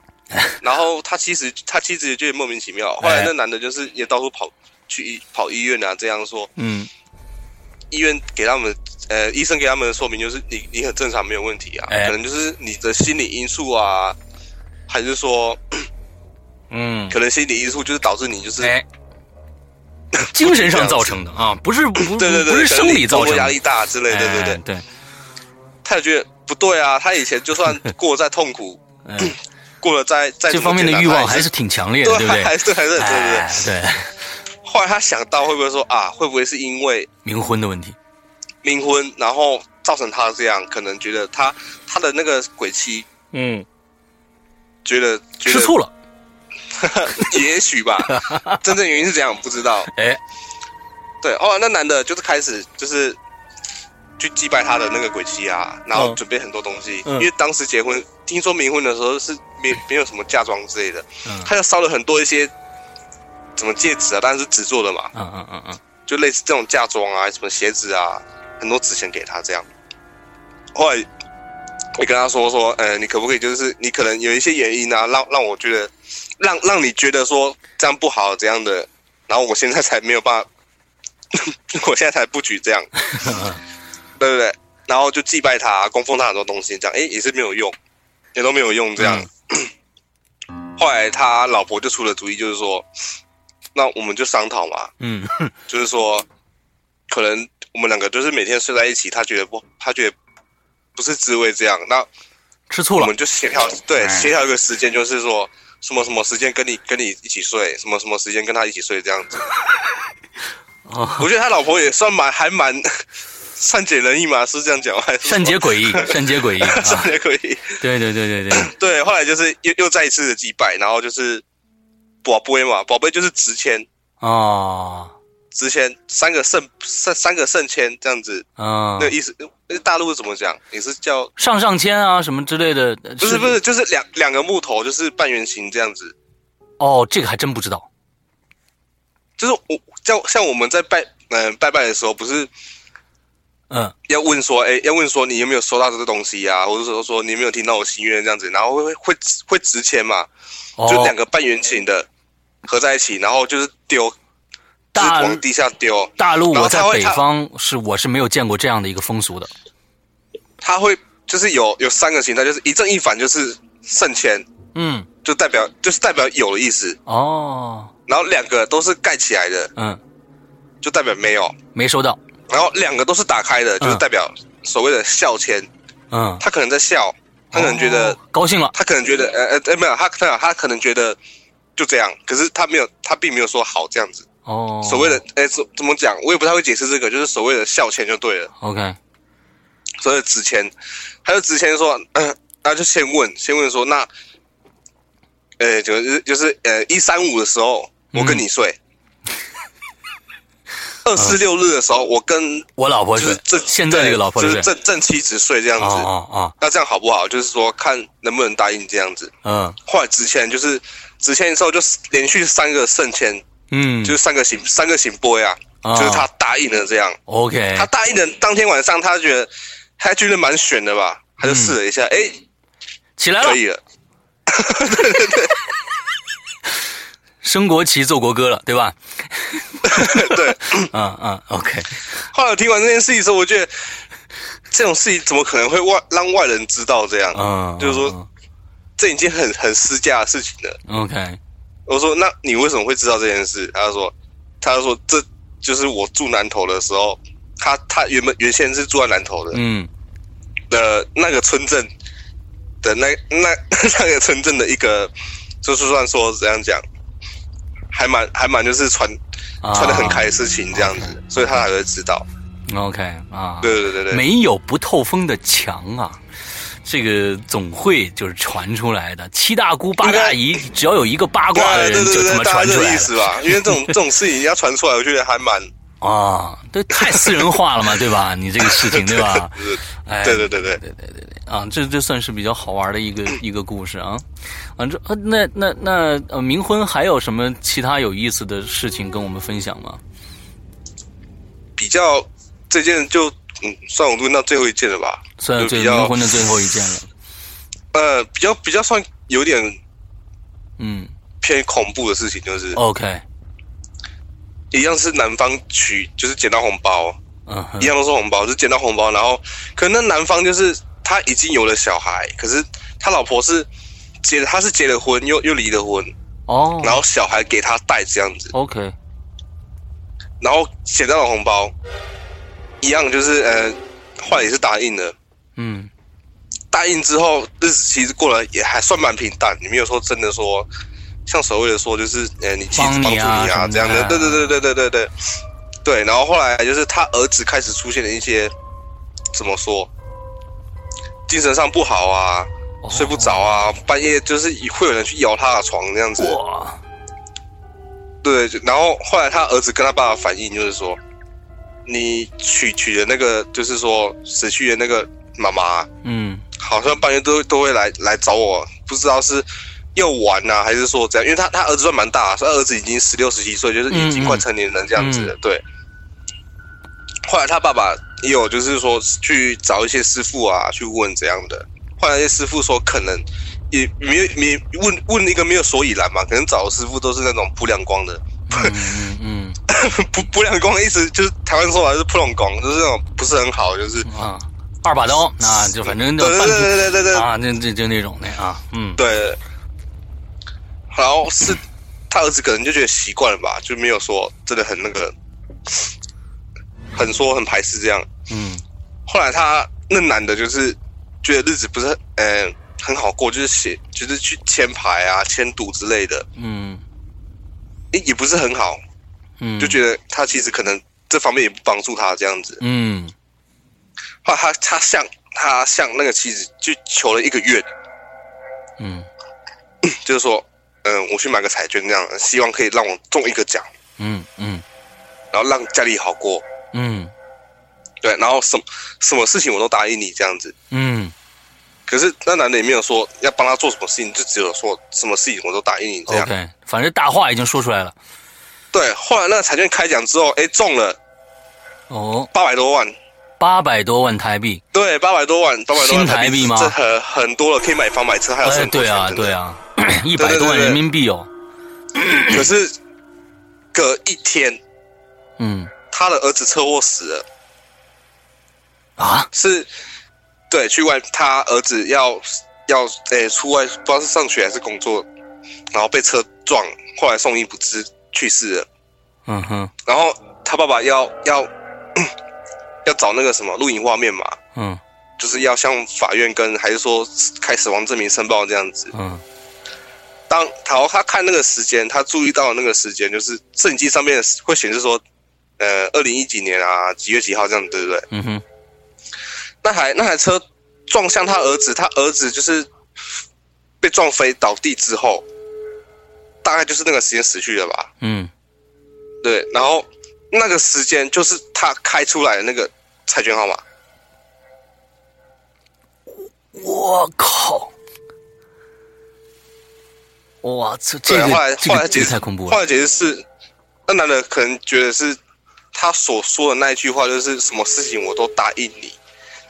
Speaker 2: 然后他其实他妻子也觉得莫名
Speaker 1: 哎
Speaker 2: 其妙。后来那男的就是也到处跑去医跑医院啊，这样说。
Speaker 1: 嗯
Speaker 2: 医院给他们，呃，医生给他们的说明就是你你很正常，没有问题啊，
Speaker 1: 哎
Speaker 2: 可能就是你的心理因素啊，还是说
Speaker 1: 嗯，
Speaker 2: 可能心理因素就是导致你就是、
Speaker 1: 哎，精神上造成的啊，不是不
Speaker 2: 对对对，
Speaker 1: 不是
Speaker 2: 可能
Speaker 1: 生
Speaker 2: 你
Speaker 1: 理造
Speaker 2: 工
Speaker 1: 成的，
Speaker 2: 作压力大之类的，对对
Speaker 1: 哎
Speaker 2: 对，
Speaker 1: 对，
Speaker 2: 他就觉得不对啊，他以前就算过得再痛苦，
Speaker 1: 哎
Speaker 2: 过 得再再
Speaker 1: 这
Speaker 2: 怎么
Speaker 1: 方面的
Speaker 2: 艰难
Speaker 1: 欲望
Speaker 2: 他
Speaker 1: 还
Speaker 2: 也
Speaker 1: 是挺强烈的，
Speaker 2: 对
Speaker 1: 对不对？
Speaker 2: 还是还是对对对
Speaker 1: 哎。对，
Speaker 2: 后来他想到会不会说啊，会不会是因为
Speaker 1: 冥婚的问题，
Speaker 2: 冥婚，然后造成他这样，可能觉得他他的那个鬼妻
Speaker 1: 嗯，
Speaker 2: 觉得觉
Speaker 1: 吃
Speaker 2: 得
Speaker 1: 醋了，
Speaker 2: 也许 吧，真正原因是怎样不知道。
Speaker 1: 哎，
Speaker 2: 对，后来那男的就是开始就是去祭拜他的那个鬼妻啊，然后
Speaker 1: 嗯
Speaker 2: 准备很多东西，
Speaker 1: 嗯
Speaker 2: 因为当时结婚，听说冥婚的时候是没没有什么嫁妆之类的，
Speaker 1: 嗯
Speaker 2: 他就烧了很多一些什么戒指啊，当然是纸做的嘛，
Speaker 1: 嗯嗯嗯嗯，
Speaker 2: 就类似这种嫁妆啊，什么鞋子啊，很多纸钱给他这样。后来我跟他说说，呃，你可不可以就是你可能有一些原因啊，让让我觉得，让让你觉得说这样不好怎样的，然后我现在才没有办法， 我现在才不举这样，
Speaker 1: 啊
Speaker 2: 对不对？然后就祭拜他，供奉他很多东西，这样，诶，也是没有用，也都没有用这样。 后来他老婆就出了主意，就是说，那我们就商讨嘛，
Speaker 1: 嗯，
Speaker 2: 就是说，可能我们两个就是每天睡在一起，他觉得不，他觉得不是滋味这样。那
Speaker 1: 吃醋
Speaker 2: 我
Speaker 1: 了
Speaker 2: 们，就协调，对，
Speaker 1: 哎
Speaker 2: 协调一个时间，就是说什么什么时间跟你跟你一起睡，什么什么时间跟他一起睡这样子。
Speaker 1: 哦，
Speaker 2: 我觉得他老婆也算蛮还蛮 善解人意嘛，是这样讲吗还是
Speaker 1: 善解诡 异，善解诡异
Speaker 2: 善
Speaker 1: 啊，
Speaker 2: 解诡意？
Speaker 1: 对对对对对，
Speaker 2: 对，后来就是又又再一次的祭拜，然后就是宝贝嘛，宝贝就是值钱，
Speaker 1: 哦，
Speaker 2: 值钱三个圣三三个圣签这样子，
Speaker 1: 嗯
Speaker 2: 那，个意思，那大陆是怎么讲？也是叫
Speaker 1: 上上签啊什么之类的，
Speaker 2: 不
Speaker 1: 不
Speaker 2: 是不是，就是两两个木头，就是半圆形这样子。
Speaker 1: 哦，这个还真不知道，
Speaker 2: 就是我像像我们在拜嗯、拜拜的时候，不是
Speaker 1: 嗯，
Speaker 2: 要问说，哎、要问说你有没有收到这个东西呀、或者说说你有没有听到我心愿这样子，然后会会会值钱嘛？
Speaker 1: 哦，
Speaker 2: 就两个半圆形的合在一起，然后就是丢，就是
Speaker 1: 大
Speaker 2: 往地下丢。
Speaker 1: 大陆
Speaker 2: 然
Speaker 1: 我
Speaker 2: 后他
Speaker 1: 在
Speaker 2: 会
Speaker 1: 北
Speaker 2: 他
Speaker 1: 方是我是没有见过这样的一个风俗的，
Speaker 2: 它会就是有有三个形态，就是一正一反，就是圣签，
Speaker 1: 嗯，
Speaker 2: 就代表就是代表有的意思。
Speaker 1: 哦，
Speaker 2: 然后两个都是盖起来的，
Speaker 1: 嗯，
Speaker 2: 就代表没有。
Speaker 1: 没收到，
Speaker 2: 然后两个都是打开的，就是代表所谓的笑签。
Speaker 1: 嗯，
Speaker 2: 他可能在笑，他可能觉得，
Speaker 1: 哦高兴了，
Speaker 2: 他可能觉得，呃呃呃，没有，他他他可能觉得就这样，可是他没有，他并没有说好这样子。
Speaker 1: 哦，
Speaker 2: 所谓的，哎，怎怎么讲，我也不太会解释这个，就是所谓的笑签就对了，
Speaker 1: OK，
Speaker 2: 所谓的值钱，他就值钱说，嗯、那就先问，先问说那，呃，就是就是呃一三五的时候我跟你睡，
Speaker 1: 嗯
Speaker 2: 二四六日的时候我跟
Speaker 1: 我老婆
Speaker 2: 就是是正
Speaker 1: 现在这个老婆
Speaker 2: 对就是是正正妻子睡这样
Speaker 1: 哦
Speaker 2: 子。
Speaker 1: 哦
Speaker 2: 那这样好不好？就是说看能不能答应这样子。
Speaker 1: 哦，嗯
Speaker 2: 后来值钱就是值钱的时候，就是连续三个圣签，
Speaker 1: 嗯，
Speaker 2: 就是三个行三个行波呀，
Speaker 1: 啊
Speaker 2: 就是他答应了这样。
Speaker 1: OK，
Speaker 2: 他答应了当天晚上，他觉得他觉得蛮悬的吧，他
Speaker 1: 嗯
Speaker 2: 就试了一下，哎、
Speaker 1: 起来了
Speaker 2: 可，以了。
Speaker 1: 升国旗奏国歌了，对吧？
Speaker 2: 对，
Speaker 1: 嗯嗯，OK，
Speaker 2: 后来我听完这件事情之后，我觉得这种事情怎么可能会外让外人知道这样？
Speaker 1: 嗯，
Speaker 2: 就是说这已经很很私家的事情了。
Speaker 1: 嗯 OK，
Speaker 2: 我说：“那你为什么会知道这件事？”他就说：“他就说这就是我住南头的时候，他他原本原先是住在南头的
Speaker 1: 嗯
Speaker 2: 的、那个村镇的那那 那个村镇的一个，就是算说怎样讲，还蛮还蛮就是传
Speaker 1: 啊
Speaker 2: 传的很开的事情这样子，所以他才会知道。
Speaker 1: ，OK 啊，
Speaker 2: 对对对对对，
Speaker 1: 没有不透风的墙啊。这个总会就是传出来的，七大姑八大姨，只要有一个八
Speaker 2: 对
Speaker 1: 卦的人，
Speaker 2: 对
Speaker 1: 就
Speaker 2: 对
Speaker 1: 他
Speaker 2: 对，
Speaker 1: 妈
Speaker 2: 大
Speaker 1: 传
Speaker 2: 概
Speaker 1: 出
Speaker 2: 这个
Speaker 1: 来
Speaker 2: 意
Speaker 1: 了。
Speaker 2: 思吧？因为这种 这种事情要传出来，我觉得还蛮
Speaker 1: 啊，对，太私人化了 嘛，对吧？你这个事情，对吧？
Speaker 2: 就是
Speaker 1: 哎，
Speaker 2: 对对对对。”
Speaker 1: 啊，这这算是比较好玩的一 个一个故事啊。啊，这呃那那那呃，冥婚还有什么其他有意思的事情跟我们分享吗？
Speaker 2: 比较这件就嗯，算我问到最后一件了吧，
Speaker 1: 算
Speaker 2: 就
Speaker 1: 最
Speaker 2: 比
Speaker 1: 冥
Speaker 2: 较
Speaker 1: 婚的最后一件 了。
Speaker 2: 呃比较比较算有点
Speaker 1: 嗯
Speaker 2: 偏恐怖的事
Speaker 1: 哦
Speaker 2: 情，就是、
Speaker 1: ，OK，
Speaker 2: 一样是男方取就是捡到红包，
Speaker 1: 嗯哼
Speaker 2: 一，样都是红包，就捡到红包，然后可能那男方就是他已经有了小孩，可是他老婆是结他是结了婚又又离了婚，
Speaker 1: 哦
Speaker 2: 然后小孩给他带这样子，
Speaker 1: ，OK，
Speaker 2: 然后捡到了红包，一样就是呃，话也是答应了，
Speaker 1: 嗯
Speaker 2: 答应之后日子其实过得也还算蛮平淡，你没有说真的说像所谓的说就是呃你妻子
Speaker 1: 帮
Speaker 2: 帮助
Speaker 1: 你
Speaker 2: 你
Speaker 1: 啊什
Speaker 2: 啊
Speaker 1: 么的
Speaker 2: 这样的，对对对对对对对对，然后后来就是他儿子开始出现了一些怎么说，精神上不好啊，
Speaker 1: 哦
Speaker 2: 睡不着啊，半夜就是会有人去摇他的床这样子，
Speaker 1: 哇，
Speaker 2: 对，就然后后来他儿子跟他爸爸反映，就是说，你娶娶的那个，就是说死去的那个妈妈，
Speaker 1: 嗯
Speaker 2: 好像半夜都都会来来找我，不知道是要玩呐、还是说怎样？因为他他儿子算蛮大，他儿子已经十六十七岁，就是已经快成年人这样子了。对。后来他爸爸也有就是说去找一些师傅啊，去问怎样的。后来那些师傅说可能也没有没问问一个没有所以然嘛，可能找的师傅都是那种不亮光的。
Speaker 1: 嗯嗯
Speaker 2: 不不亮光的意思就是台湾说法就是不亮光，就是那种不是很好，就是
Speaker 1: 嗯啊，二把刀，那就反正就
Speaker 2: 对对
Speaker 1: 半
Speaker 2: 对对对对对
Speaker 1: 啊，那这就那种的啊，嗯
Speaker 2: 对，然后是他儿子可能就觉得习惯了吧，就没有说真的很那个，很说很排斥这样。
Speaker 1: 嗯
Speaker 2: 后来他那男的就是觉得日子不是很嗯、很好过，就是写就是去签牌啊、签赌之类的，
Speaker 1: 嗯
Speaker 2: 也也不是很好，
Speaker 1: 嗯，
Speaker 2: 就觉得他其实可能这方面也不帮助他这样子。
Speaker 1: 嗯
Speaker 2: 后来他他向他向那个妻子去求了一个月，
Speaker 1: 嗯
Speaker 2: 就是说，嗯，我去买个彩券这样，希望可以让我中一个奖，
Speaker 1: 嗯嗯
Speaker 2: 然后让家里好过。
Speaker 1: 嗯
Speaker 2: 对，然后什么什么事情我都答应你这样子。
Speaker 1: 嗯
Speaker 2: 可是那男的也没有说要帮他做什么事情，就只有说什么事情我都答应你这样。
Speaker 1: ，OK，反正大话已经说出来了，
Speaker 2: 对，后来那个彩券开奖之后，哎，中了
Speaker 1: 哦，
Speaker 2: 八百多万，
Speaker 1: 八百多万台币，
Speaker 2: 对，八百多万，八百多
Speaker 1: 新
Speaker 2: 万
Speaker 1: 台币吗
Speaker 2: 这很很多了，可以买房买车，还有
Speaker 1: 哎，
Speaker 2: 生活
Speaker 1: 对啊
Speaker 2: 钱
Speaker 1: 对
Speaker 2: 等等。
Speaker 1: 啊，一百多万人民币哦，
Speaker 2: 可是隔一天，
Speaker 1: 嗯
Speaker 2: 他的儿子车祸死了，
Speaker 1: 啊，
Speaker 2: 是，对，去外他儿子要要诶、出外不知道是上学还是工作，然后被车撞，后来送医不治去世了。
Speaker 1: 嗯哼
Speaker 2: 然后他爸爸要要 要找那个什么录影画面嘛，
Speaker 1: 嗯
Speaker 2: 就是要向法院跟还是说开死亡证明申报这样子。
Speaker 1: 嗯
Speaker 2: 当他他看那个时间，他注意到那个时间，就是摄影机上面会显示说，呃，二零一几年啊，几月几号这样，对不对？
Speaker 1: 嗯哼
Speaker 2: 那台那台车撞向他儿子，他儿子就是被撞飞倒地之后，大概就是那个时间死去了吧？
Speaker 1: 嗯
Speaker 2: 对，然后那个时间就是他开出来的那个彩券号码。
Speaker 1: 我靠！哇，这这
Speaker 2: 对，
Speaker 1: 个
Speaker 2: 后来
Speaker 1: 这
Speaker 2: 后来
Speaker 1: 个这
Speaker 2: 解
Speaker 1: 个
Speaker 2: 释
Speaker 1: 太恐怖
Speaker 2: 后
Speaker 1: 了。
Speaker 2: 来解释是，那男的可能觉得是他所说的那一句话，就是什么事情我都答应你，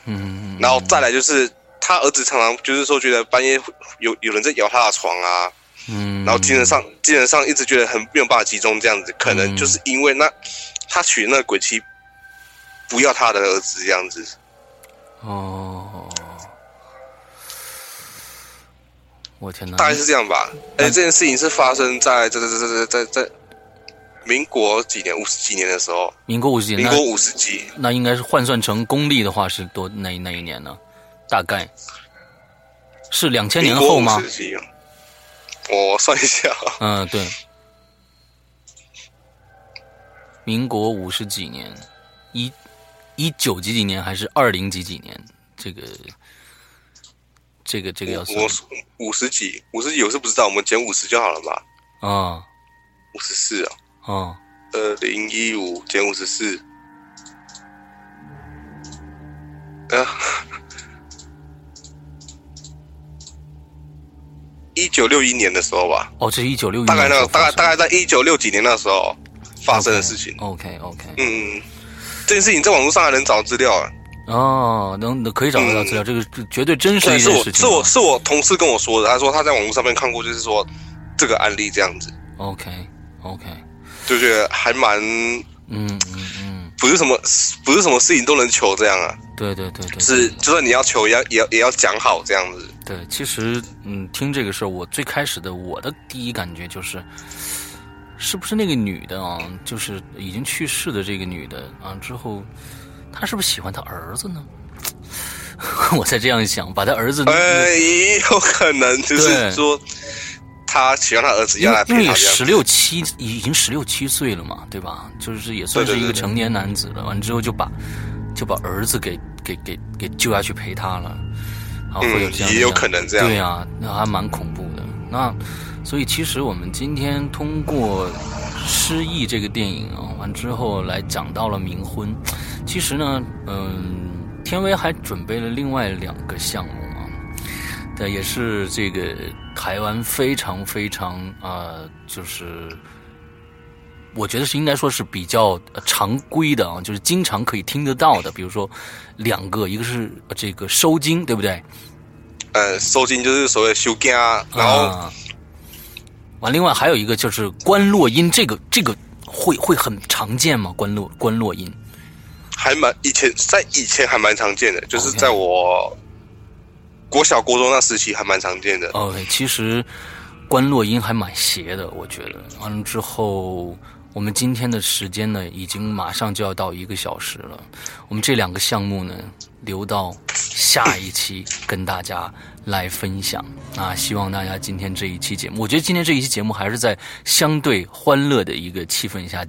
Speaker 1: 嗯，
Speaker 2: 然后再来就是他儿子常常就是说觉得半夜有有人在摇他的床啊，
Speaker 1: 嗯，
Speaker 2: 然后精神上精神上一直觉得很没有办法集中这样子，可能
Speaker 1: 嗯
Speaker 2: 就是因为那他娶那个鬼妻不要他的儿子这样子，
Speaker 1: 哦，我天哪！
Speaker 2: 大概是这样吧。
Speaker 1: 嗯
Speaker 2: 而且这件事情是发生在在在在在在在民国几年五十几年的时候，
Speaker 1: 民国五十几，
Speaker 2: 民
Speaker 1: 那
Speaker 2: 国五十几。
Speaker 1: 那应该是换算成公历的话是多哪哪一年呢？大概是两千年后吗
Speaker 2: 民国？50几我算一下，
Speaker 1: 嗯，对，民国五十几年，一一九几几年还是二零几几年？这个这个这个要算
Speaker 2: 我五十几，五十几我是不知道，我们减五十就好了吧？
Speaker 1: 啊
Speaker 2: 五十四啊，
Speaker 1: 啊
Speaker 2: 二零一五减五十四，啊，一九六一年的时候吧，
Speaker 1: 哦，这是一九六一
Speaker 2: 大概那个大概大概在一九六几年那时候发生的事情。
Speaker 1: OK OK，
Speaker 2: 嗯，这件事情在网络上还能找资料啊，
Speaker 1: 哦，能能可以找得到资料，这个这绝对真实的
Speaker 2: 嗯对，
Speaker 1: 一
Speaker 2: 是
Speaker 1: 件
Speaker 2: 我
Speaker 1: 事情啊。
Speaker 2: 是我是我同事跟我说的，他说他在网络上面看过，就是说这个案例这样子，
Speaker 1: OK OK，
Speaker 2: 就觉得还蛮
Speaker 1: 嗯嗯嗯，
Speaker 2: 不是什么不是什么事情都能求这样啊，
Speaker 1: 对对对对，
Speaker 2: 是就算你要求也要也要也要讲好这样子。
Speaker 1: 对，其实嗯，听这个事儿，我最开始的我的第一感觉就是，是不是那个女的啊，就是已经去世的这个女的啊，之后她是不是喜欢她儿子呢？ 我才这样想，把她儿子
Speaker 2: 呃，也有可能就
Speaker 1: 嗯
Speaker 2: 是
Speaker 1: 对
Speaker 2: 说，他喜欢他儿子
Speaker 1: 因
Speaker 2: 要
Speaker 1: 为
Speaker 2: 来
Speaker 1: 因为
Speaker 2: 陪他
Speaker 1: 也
Speaker 2: 这样
Speaker 1: 十
Speaker 2: 子。
Speaker 1: 六七，已经十六七岁了嘛，对吧？就是也算是一
Speaker 2: 对对
Speaker 1: 个
Speaker 2: 对
Speaker 1: 成年男子了。完之后就把就把儿子给给给给救下去陪他了，然后啊会有这样的、
Speaker 2: 嗯也有可能这样
Speaker 1: 对啊，那还蛮恐怖的。那所以其实我们今天通过《失忆》这个电影啊，完之后来讲到了冥婚。其实呢，嗯，天威还准备了另外两个项目啊，对，也是这个台湾非常非常啊、呃就是我觉得是应该说是比较呃常规的啊，就是经常可以听得到的，比如说两个，一个是呃这个收金，对不对？
Speaker 2: 呃，收金就是所谓修家啊，然后
Speaker 1: 啊完，另外还有一个就是关落音，这个这个会会很常见吗？关落关落音，
Speaker 2: 还蛮以前在以前还蛮常见的，就是
Speaker 1: OK
Speaker 2: 在我国小国中那时期还蛮常见的。
Speaker 1: OK，其实关落音还蛮邪的，我觉得。完了之后，我们今天的时间呢，已经马上就要到一个小时了。我们这两个项目呢，留到下一期跟大家来分享。啊，希望大家今天这一期节目，我觉得今天这一期节目还是在相对欢乐的一个气氛下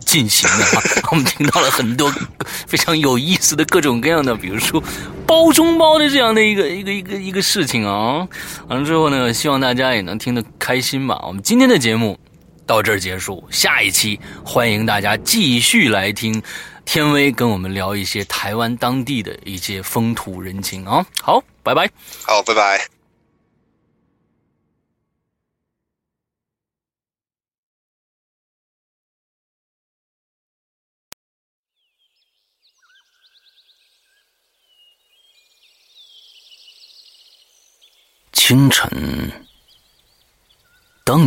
Speaker 1: 进行的、啊。我们听到了很多呃非常有意思的各种各样的，比如说包中包的这样的一个一个一个一个事情啊。完了之后呢，希望大家也能听得开心吧。我们今天的节目到这儿结束，下一期欢迎大家继续来听天威跟我们聊一些台湾当地的一些风土人情啊。好，拜拜。
Speaker 2: 好，拜拜。
Speaker 1: 清晨，当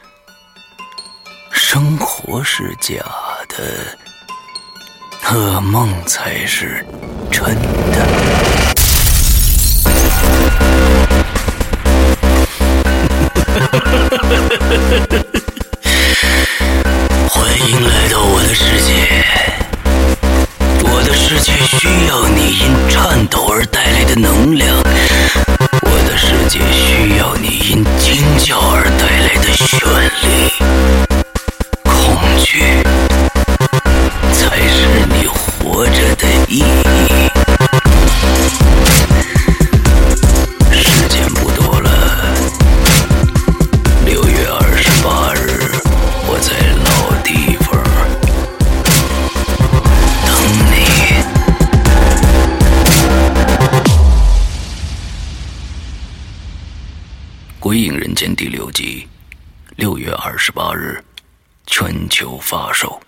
Speaker 1: 生活是假的，噩梦才是真的。 欢迎来到我的世界。我的世界需要你因颤抖而带来的能量，我的世界需要你因惊叫而带来的绚丽。恐惧才是你活着的意义。时间不多了，六月二十八日，我在老地方。等你。《鬼影人间》第六集，六月二十八日，全球发售。